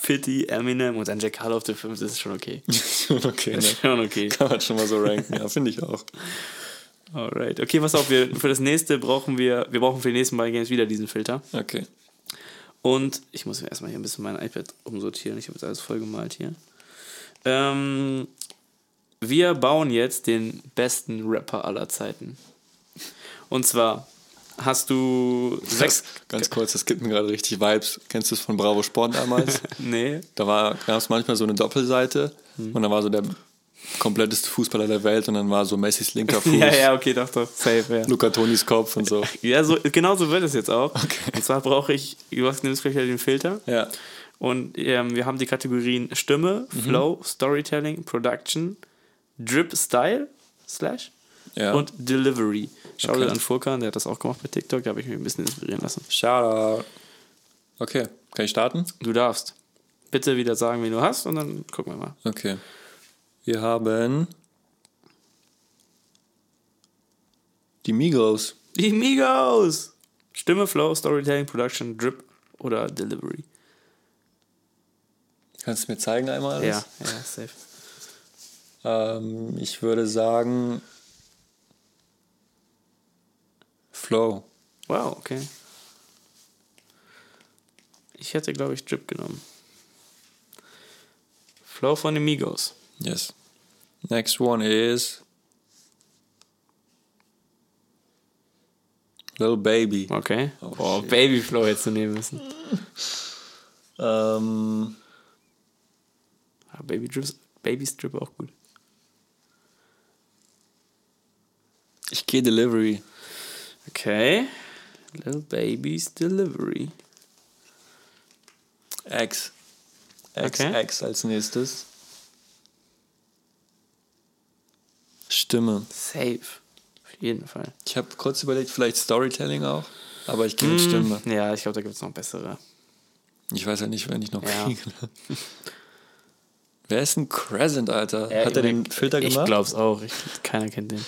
Speaker 5: Fitty, Eminem und dann Jack Harlow auf der 5, das ist schon okay.
Speaker 6: okay,
Speaker 5: Das
Speaker 6: ne?
Speaker 5: ist [laughs] schon okay.
Speaker 6: Kann man schon mal so ranken, ja, finde ich auch.
Speaker 5: Alright. Okay, pass auf, wir, für das nächste brauchen wir, wir brauchen für die nächsten beiden Games wieder diesen Filter.
Speaker 6: Okay.
Speaker 5: Und ich muss mir erstmal hier ein bisschen mein iPad umsortieren. Ich habe jetzt alles vollgemalt hier. Ähm, wir bauen jetzt den besten Rapper aller Zeiten. Und zwar hast du sechs.
Speaker 6: Ganz kurz, das gibt mir gerade richtig Vibes. Kennst du es von Bravo
Speaker 5: [laughs]
Speaker 6: Sport damals?
Speaker 5: Nee.
Speaker 6: da war gab es manchmal so eine Doppelseite
Speaker 5: Mhm.
Speaker 6: und da war so der kompletteste Fußballer der Welt und dann war so Messis
Speaker 5: [laughs]
Speaker 6: linker Fuß,
Speaker 5: Ja, ja, okay, doch, doch. Safe, ja.
Speaker 6: Luca Tonis Kopf
Speaker 5: [laughs]
Speaker 6: und so.
Speaker 5: Ja, so, genau so wird es jetzt auch. Und zwar brauche ich, du hast nimmst gleich wieder den Filter.
Speaker 6: Ja.
Speaker 5: Und ähm, wir haben die Kategorien Stimme, Flow, Storytelling, Production, Drip Style, Slash
Speaker 6: ja.
Speaker 5: und Delivery. Schau dir
Speaker 6: Okay.
Speaker 5: an Furkan, der hat das auch gemacht bei TikTok, da habe ich mich ein bisschen inspirieren lassen.
Speaker 6: Shoutout. Okay, kann ich starten?
Speaker 5: Du darfst. Bitte wieder sagen, wen du hast und dann gucken wir mal.
Speaker 6: Okay. Wir haben die Migos.
Speaker 5: Die Migos! Stimme, Flow, Storytelling, Production, Drip oder Delivery.
Speaker 6: Kannst du mir zeigen einmal alles?
Speaker 5: Ja, ja, safe.
Speaker 6: Ähm, ich würde sagen. Flow.
Speaker 5: Wow, okay. Ich hätte, glaube ich, Drip genommen. Flow von den Migos.
Speaker 6: Yes. Next one is. Little Baby.
Speaker 5: Okay.
Speaker 6: Oh,
Speaker 5: Boah,
Speaker 6: shit.
Speaker 5: Baby Flow hättest du nehmen müssen.
Speaker 6: Ähm,
Speaker 5: Ah, Baby Drips, Baby Strip auch gut.
Speaker 6: ich gehe Delivery.
Speaker 5: Okay. Little Baby's Delivery.
Speaker 6: X. X,
Speaker 5: Okay.
Speaker 6: X als nächstes. Stimme.
Speaker 5: Safe. Auf jeden Fall.
Speaker 6: Ich habe kurz überlegt, vielleicht Storytelling auch, aber ich gehe
Speaker 5: Mm.
Speaker 6: mit Stimme.
Speaker 5: Mhm. Ja, ich glaube, da gibt es noch bessere.
Speaker 6: Ich weiß ja nicht, wenn ich noch
Speaker 5: Ja.
Speaker 6: kriege. Wer ist ein Crescent, Alter? Hat er den Filter gemacht?
Speaker 5: Ich glaub's auch. Ich, keiner kennt den.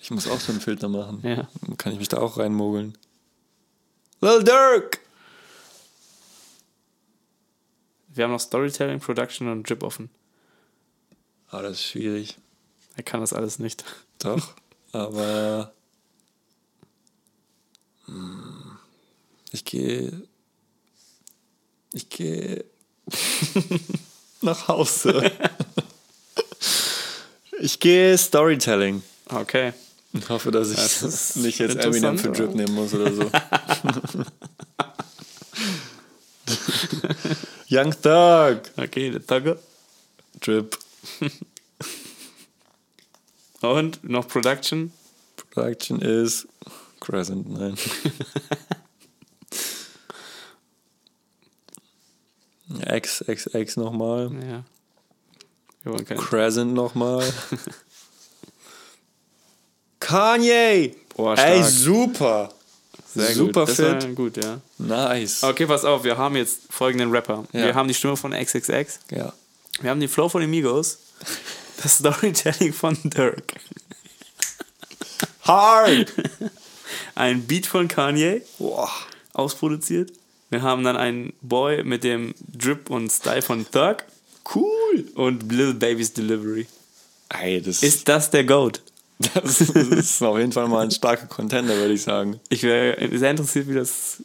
Speaker 6: Ich muss auch so einen Filter machen.
Speaker 5: Ja.
Speaker 6: Kann ich mich da auch reinmogeln? Lil Durk!
Speaker 5: Wir haben noch Storytelling, Production und Drip offen.
Speaker 6: Ah, das ist schwierig.
Speaker 5: Er kann das alles nicht. [laughs]
Speaker 6: Doch, aber. Hm, Ich gehe.
Speaker 5: [laughs]
Speaker 6: Ich gehe. [laughs] nach Hause. ich gehe Storytelling.
Speaker 5: Okay.
Speaker 6: Ich hoffe, dass ich
Speaker 5: Das ist
Speaker 6: [laughs] nicht jetzt Eminem für
Speaker 5: interessant,
Speaker 6: Drip
Speaker 5: oder?
Speaker 6: nehmen muss oder
Speaker 5: [laughs]
Speaker 6: so. Young Thug.
Speaker 5: Okay, der Tagger.
Speaker 6: Drip
Speaker 5: Und noch Production.
Speaker 6: Production is Crescent,
Speaker 5: [laughs]
Speaker 6: nein. X, X, X nochmal.
Speaker 5: Ja. Wir wollen keinen.
Speaker 6: Crescent nochmal. Kanye!
Speaker 5: Boah,
Speaker 6: Ey,
Speaker 5: stark.
Speaker 6: super!
Speaker 5: Sehr gut.
Speaker 6: super
Speaker 5: Das war
Speaker 6: fit.
Speaker 5: gut, ja.
Speaker 6: Nice.
Speaker 5: Okay, pass auf. Wir haben jetzt folgenden Rapper.
Speaker 6: Ja.
Speaker 5: Wir haben die Stimme von XXX.
Speaker 6: Ja.
Speaker 5: Wir haben den Flow von den Migos. Das Storytelling von Dirk.
Speaker 6: Hard!
Speaker 5: Ein Beat von Kanye.
Speaker 6: Boah.
Speaker 5: ausproduziert. Wir haben dann einen Boy mit dem Drip und Style von Thug
Speaker 6: Cool!
Speaker 5: und Little Baby's Delivery.
Speaker 6: Ey, das
Speaker 5: Ist das der Goat?
Speaker 6: [laughs] Das ist auf jeden Fall mal ein starker Contender, würde ich sagen.
Speaker 5: Ich wäre sehr interessiert, wie
Speaker 6: [laughs]
Speaker 5: das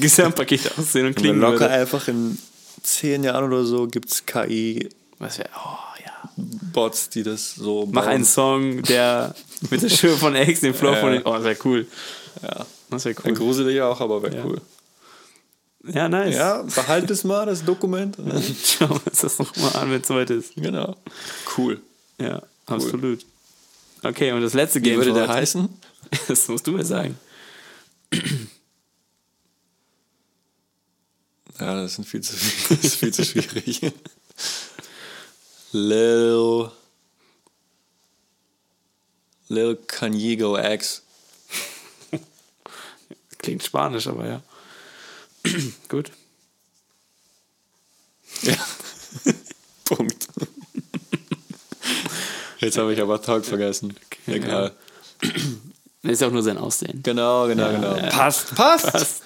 Speaker 5: Gesamtpaket aussehen und klingen
Speaker 6: locker
Speaker 5: würde.
Speaker 6: einfach in zehn Jahren oder so gibt es KI-Bots,
Speaker 5: Was wär, oh, ja.
Speaker 6: die das so
Speaker 5: Mach einen Song, der mit der Stimme von X, den Flow
Speaker 6: Ja.
Speaker 5: von... Oh, das wäre cool.
Speaker 6: Ja.
Speaker 5: Das wäre
Speaker 6: Ein
Speaker 5: cool.
Speaker 6: gruseliger auch, aber wäre
Speaker 5: Ja.
Speaker 6: cool.
Speaker 5: Ja, nice.
Speaker 6: Ja, behalt es mal, das Dokument. und [laughs] dann-
Speaker 5: Schauen wir uns das nochmal an, wenn es heute ist.
Speaker 6: genau. Cool.
Speaker 5: Ja, absolut. Okay, und das letzte
Speaker 6: Wie
Speaker 5: Game
Speaker 6: würde
Speaker 5: für
Speaker 6: der
Speaker 5: heute-
Speaker 6: heißen?
Speaker 5: [laughs] Das musst du mir sagen.
Speaker 6: Ja, das ist viel zu, viel, das ist viel zu schwierig. [laughs] Lil. Lil Kanyego X.
Speaker 5: Klingt spanisch, aber ja. [clears throat] Gut.
Speaker 6: Punkt. Jetzt habe ich aber Talk vergessen. Egal.
Speaker 5: Ist ja auch nur sein Aussehen.
Speaker 6: Genau, genau, genau. Passt, passt,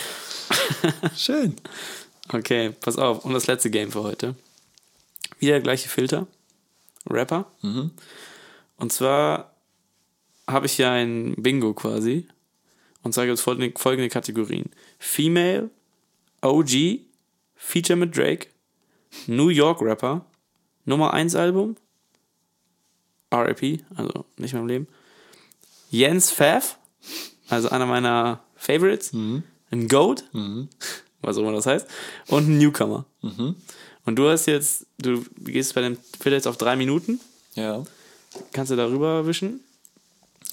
Speaker 6: [laughs] Schön.
Speaker 5: Okay, pass auf. Und das letzte Game für heute. Wieder der gleiche Filter. Rapper. Und zwar habe ich ja ein Bingo quasi. Und zwar gibt es folgende, folgende Kategorien: Female, OG, Feature mit Drake, New York Rapper, Nummer 1 Album, RIP, also nicht mehr im Leben, Jens Pfaff, also einer meiner Favorites, ein Goat, was auch immer das heißt, und ein Newcomer. Und du hast jetzt, du gehst bei dem Filter jetzt auf drei Minuten,
Speaker 6: Ja,
Speaker 5: kannst du darüber wischen.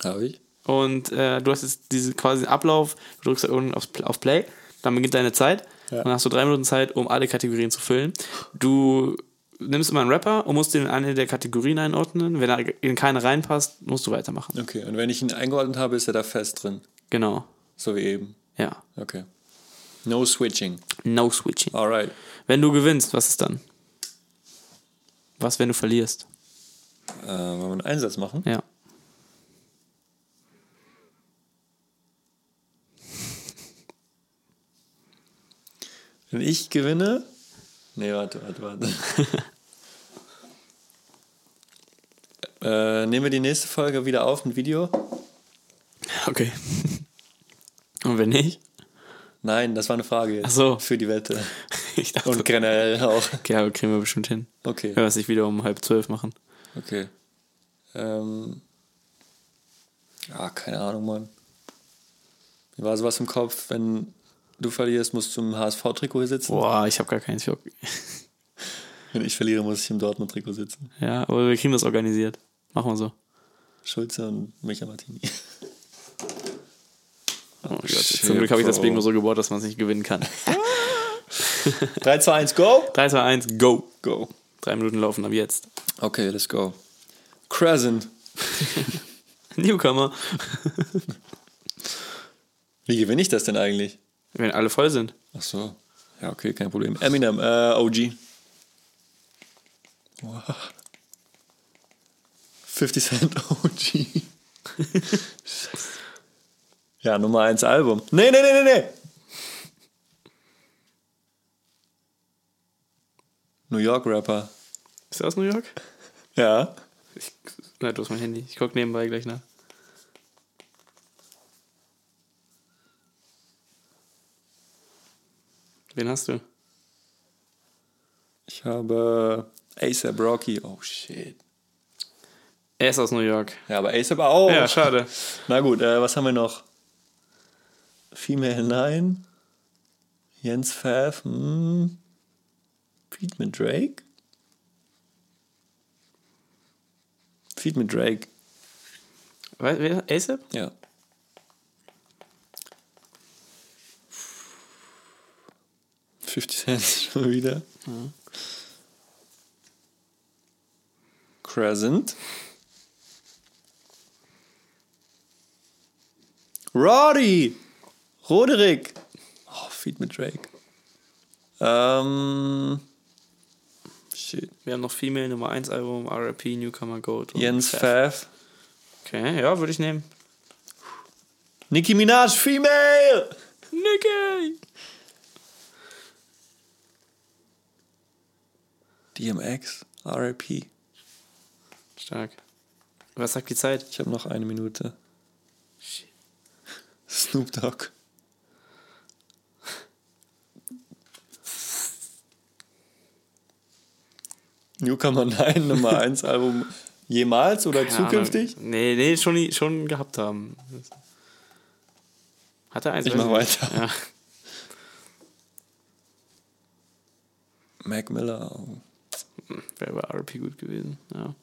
Speaker 6: habe ich.
Speaker 5: Und äh, du hast jetzt diesen quasi Ablauf, du drückst da unten aufs, Pl- auf Play, dann beginnt deine Zeit.
Speaker 6: Ja.
Speaker 5: Dann hast du drei Minuten Zeit, um alle Kategorien zu füllen. Du nimmst immer einen Rapper und musst den in eine der Kategorien einordnen. Wenn er in keine reinpasst, musst du weitermachen.
Speaker 6: Okay, und wenn ich ihn eingeordnet habe, ist er da fest drin.
Speaker 5: Genau.
Speaker 6: So wie eben.
Speaker 5: Ja.
Speaker 6: Okay. No switching.
Speaker 5: No switching.
Speaker 6: Alright.
Speaker 5: Wenn du gewinnst, was ist dann? Was, wenn du verlierst?
Speaker 6: Äh, wollen wir einen Einsatz machen?
Speaker 5: Ja.
Speaker 6: Wenn ich gewinne. Nee, warte, warte, warte. [laughs] äh, nehmen wir die nächste Folge wieder auf mit Video?
Speaker 5: Okay. [laughs] Und wenn nicht? [laughs]
Speaker 6: Nein, das war eine Frage jetzt.
Speaker 5: Ach so.
Speaker 6: Für die Wette.
Speaker 5: Ich dachte,
Speaker 6: Und generell auch.
Speaker 5: okay, aber kriegen wir bestimmt hin.
Speaker 6: Okay.
Speaker 5: Wenn wir es nicht wieder um halb zwölf machen.
Speaker 6: Okay. Ähm. Ja, keine Ahnung, Mann. Mir war sowas im Kopf, wenn du verlierst, musst du im HSV-Trikot hier sitzen.
Speaker 5: Boah, ich habe gar keinen Job.
Speaker 6: Wenn ich verliere, muss ich im Dortmund-Trikot sitzen.
Speaker 5: Ja, aber wir kriegen das organisiert. Machen wir so.
Speaker 6: Schulze und Micha Martini. [laughs]
Speaker 5: Oh Gott,
Speaker 6: shit,
Speaker 5: zum Glück habe ich das
Speaker 6: Bro.
Speaker 5: Bingo so gebaut, dass man es nicht gewinnen kann.
Speaker 6: 3, 2, 1, go!
Speaker 5: 3, 2, 1, go!
Speaker 6: Go.
Speaker 5: Drei Minuten laufen ab jetzt.
Speaker 6: Okay, let's go. Crescent.
Speaker 5: Newcomer.
Speaker 6: Wie gewinne ich das denn eigentlich?
Speaker 5: Wenn alle voll sind.
Speaker 6: Ach so. Ja, okay, kein Problem. Eminem, äh, OG. Wow. 50 Cent [laughs] OG. ja, Nummer 1 Album. Nee, nee, nee, nee, nee. New York Rapper.
Speaker 5: Ist er aus New York?
Speaker 6: Ja.
Speaker 5: Ich, na, du hast mein Handy. Ich gucke nebenbei gleich nach. Wen hast du?
Speaker 6: Ich habe ASAP Rocky. Oh shit.
Speaker 5: Er ist aus New York.
Speaker 6: Ja, aber ASAP auch.
Speaker 5: Ja, schade.
Speaker 6: Na gut, äh, was haben wir noch? Female 9, Jens Pfaff, hm, Feed mit Drake? Feed mit Drake,
Speaker 5: Wer- Wer? ASAP?
Speaker 6: ja. Fifty Cent [laughs] schon wieder. Crescent. Roddy! Roderick! Oh, Feed mit Drake. Ähm. Shit.
Speaker 5: Wir haben noch Female Nummer 1 Album, RIP, Newcomer Gold. und
Speaker 6: Jens
Speaker 5: Fab.
Speaker 6: Pfaff.
Speaker 5: Okay, ja, würde ich nehmen.
Speaker 6: Nicki Minaj, Female!
Speaker 5: Nicky!
Speaker 6: DMX, RIP.
Speaker 5: Stark. Was sagt die Zeit?
Speaker 6: Ich habe noch eine Minute.
Speaker 5: Shit.
Speaker 6: [laughs] Snoop Dogg. Newcomer
Speaker 5: [laughs]
Speaker 6: 9, Nummer 1 Album. Jemals oder
Speaker 5: Keine
Speaker 6: zukünftig?
Speaker 5: Ahnung. Nee, nee, schon, nie- schon gehabt haben. Hat er eins?
Speaker 6: Ich
Speaker 5: Weiß
Speaker 6: mach
Speaker 5: nicht.
Speaker 6: weiter.
Speaker 5: Ja.
Speaker 6: Mac Miller. oh.
Speaker 5: Wäre bei RP gut gewesen. Ja.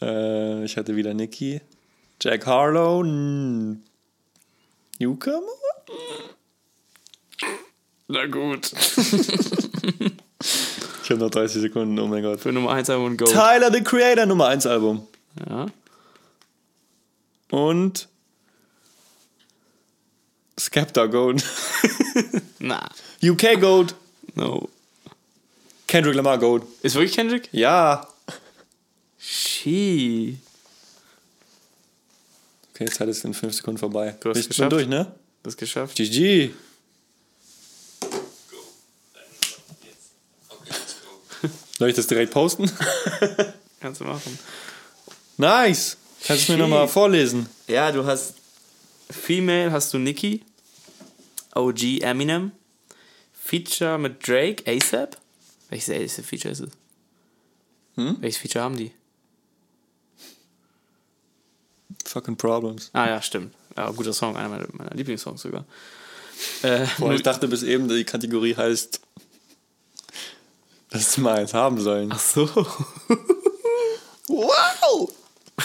Speaker 6: Äh, ich hatte wieder Nicky. Jack Harlow. n- Newcomer?
Speaker 5: Na gut.
Speaker 6: Ich habe noch 30 Sekunden, oh mein Gott.
Speaker 5: Für Nummer 1 Album Gold.
Speaker 6: Tyler the Creator, Nummer 1 Album.
Speaker 5: Ja.
Speaker 6: Und. Skepta Gold. [laughs]
Speaker 5: Na.
Speaker 6: UK Gold.
Speaker 5: No.
Speaker 6: Kendrick Lamar Gold.
Speaker 5: Ist wirklich Kendrick?
Speaker 6: Ja.
Speaker 5: She.
Speaker 6: Okay, Zeit ist in 5 Sekunden vorbei.
Speaker 5: Du hast
Speaker 6: ich
Speaker 5: es geschafft.
Speaker 6: bin durch, ne?
Speaker 5: Das geschafft. [laughs]
Speaker 6: GG. Soll ich das direkt posten? [laughs]
Speaker 5: Kannst du machen.
Speaker 6: Nice. Kannst du es mir
Speaker 5: Shit.
Speaker 6: nochmal vorlesen?
Speaker 5: Ja, du hast Female hast du Nicki, OG Eminem, Feature mit Drake, ASAP. Welches ASAP Feature ist es?
Speaker 6: Hm?
Speaker 5: Welches Feature haben die?
Speaker 6: Fucking Problems.
Speaker 5: Ah ja, stimmt. Ja, guter Song, einer meiner, meiner Lieblingssongs sogar. Äh,
Speaker 6: Boah, ich dachte bis eben, die Kategorie heißt, dass wir eins haben sollen.
Speaker 5: ach so,
Speaker 6: Wow!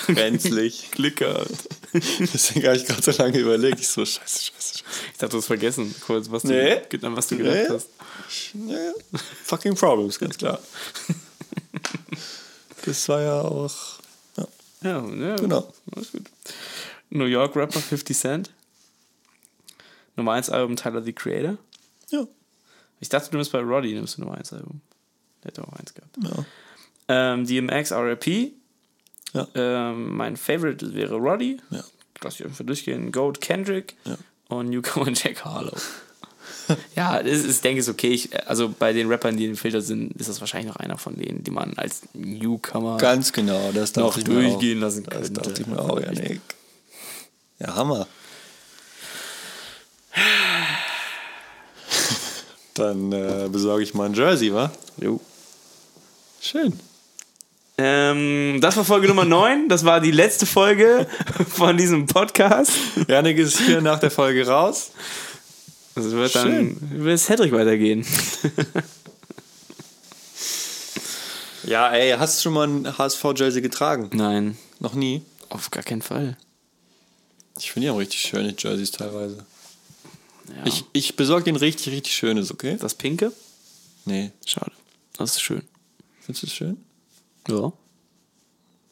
Speaker 6: [laughs] Endlich.
Speaker 5: Glück gehabt.
Speaker 6: Deswegen habe ich gerade so lange überlegt. Ich so, scheiße, scheiße, scheiße.
Speaker 5: Ich dachte, du hast vergessen, kurz, was
Speaker 6: Nee.
Speaker 5: du, an was du gedacht
Speaker 6: Nee.
Speaker 5: hast.
Speaker 6: Ja, fucking Problems, ganz klar. Das war ja auch. Ja,
Speaker 5: Ja, ja,
Speaker 6: genau.
Speaker 5: Alles gut. New York Rapper 50 Cent. Nummer 1 Album Tyler the Creator.
Speaker 6: Ja.
Speaker 5: Ich dachte, du nimmst bei Roddy, nimmst du Nummer 1 Album. Der hätte auch eins gehabt.
Speaker 6: ja.
Speaker 5: Ähm, DMX, RIP.
Speaker 6: Ja.
Speaker 5: Ähm, mein Favorite wäre Roddy.
Speaker 6: Ja.
Speaker 5: Lass ich einfach durchgehen. Goat, Kendrick.
Speaker 6: Ja.
Speaker 5: und Newcomer Jack Harlow. [laughs] ja, das ist, ich denke ich, okay. Ich, also bei den Rappern, die in dem Filter sind, ist das wahrscheinlich noch einer von denen, die man als Newcomer
Speaker 6: Ganz genau, das darf
Speaker 5: noch
Speaker 6: ich mir auch.
Speaker 5: durchgehen lassen
Speaker 6: Das
Speaker 5: könnte.
Speaker 6: dachte ich mir auch, Janik. Ja, Hammer. Dann äh, besorge ich mal ein Jersey, wa?
Speaker 5: Jo.
Speaker 6: Schön.
Speaker 5: Ähm, das war Folge Nummer 9. Das war die letzte
Speaker 6: [laughs]
Speaker 5: Folge von diesem Podcast.
Speaker 6: Janik ist hier nach der Folge raus.
Speaker 5: Das wird dann wird Cedric
Speaker 6: [laughs]
Speaker 5: weitergehen.
Speaker 6: Ja, ey, hast du schon mal ein HSV-Jersey getragen?
Speaker 5: Nein,
Speaker 6: Noch nie.
Speaker 5: auf gar keinen Fall.
Speaker 6: Ich finde die haben richtig schöne Jerseys teilweise.
Speaker 5: Ja.
Speaker 6: Ich, ich besorge den richtig, richtig schönes, okay?
Speaker 5: das Pinke?
Speaker 6: Nee.
Speaker 5: Schade. Das ist schön.
Speaker 6: Findest du das schön?
Speaker 5: Ja.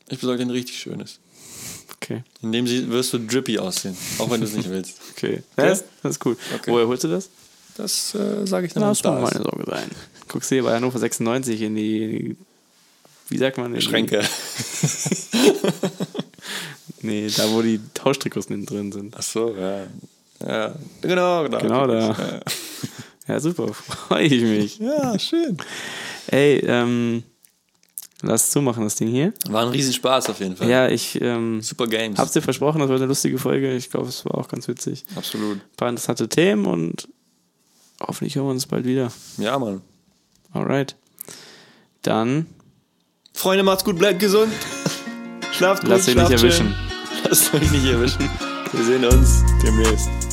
Speaker 6: Ich besorge den richtig schönes.
Speaker 5: Okay.
Speaker 6: In dem sie, wirst du drippy aussehen, auch wenn du es nicht willst.
Speaker 5: Okay. Das, das ist cool.
Speaker 6: Okay.
Speaker 5: Woher holst du das?
Speaker 6: Das äh, sage ich dann,
Speaker 5: Das muss
Speaker 6: wenn's
Speaker 5: mal
Speaker 6: da
Speaker 5: meine
Speaker 6: ist.
Speaker 5: Sorge sein. Guckst du hier bei Hannover 96 in die, in die wie sagt man? in die-
Speaker 6: Schränke.
Speaker 5: Nee, da wo die Tauschtrikots mit drin sind.
Speaker 6: Ach so, ja. ja. Genau, genau.
Speaker 5: Genau da. [laughs] Ja, super. Freue ich mich.
Speaker 6: Ja, schön.
Speaker 5: Ey, ähm, lass zumachen das Ding hier.
Speaker 6: War ein Riesenspaß auf jeden Fall.
Speaker 5: Ja, ich ähm,
Speaker 6: Super Games.
Speaker 5: hab's dir versprochen, das wird eine lustige Folge. Ich glaube, es war auch ganz witzig.
Speaker 6: Absolut.
Speaker 5: Ein paar interessante Themen und hoffentlich hören wir uns bald wieder.
Speaker 6: Ja, Mann.
Speaker 5: Alright. Dann
Speaker 6: Freunde, macht's gut, bleibt gesund. [laughs] Schlaft gut,
Speaker 5: lasst euch nicht
Speaker 6: schlaft schön. [laughs]
Speaker 5: erwischen.
Speaker 6: Lasst euch nicht erwischen. Wir sehen uns demnächst.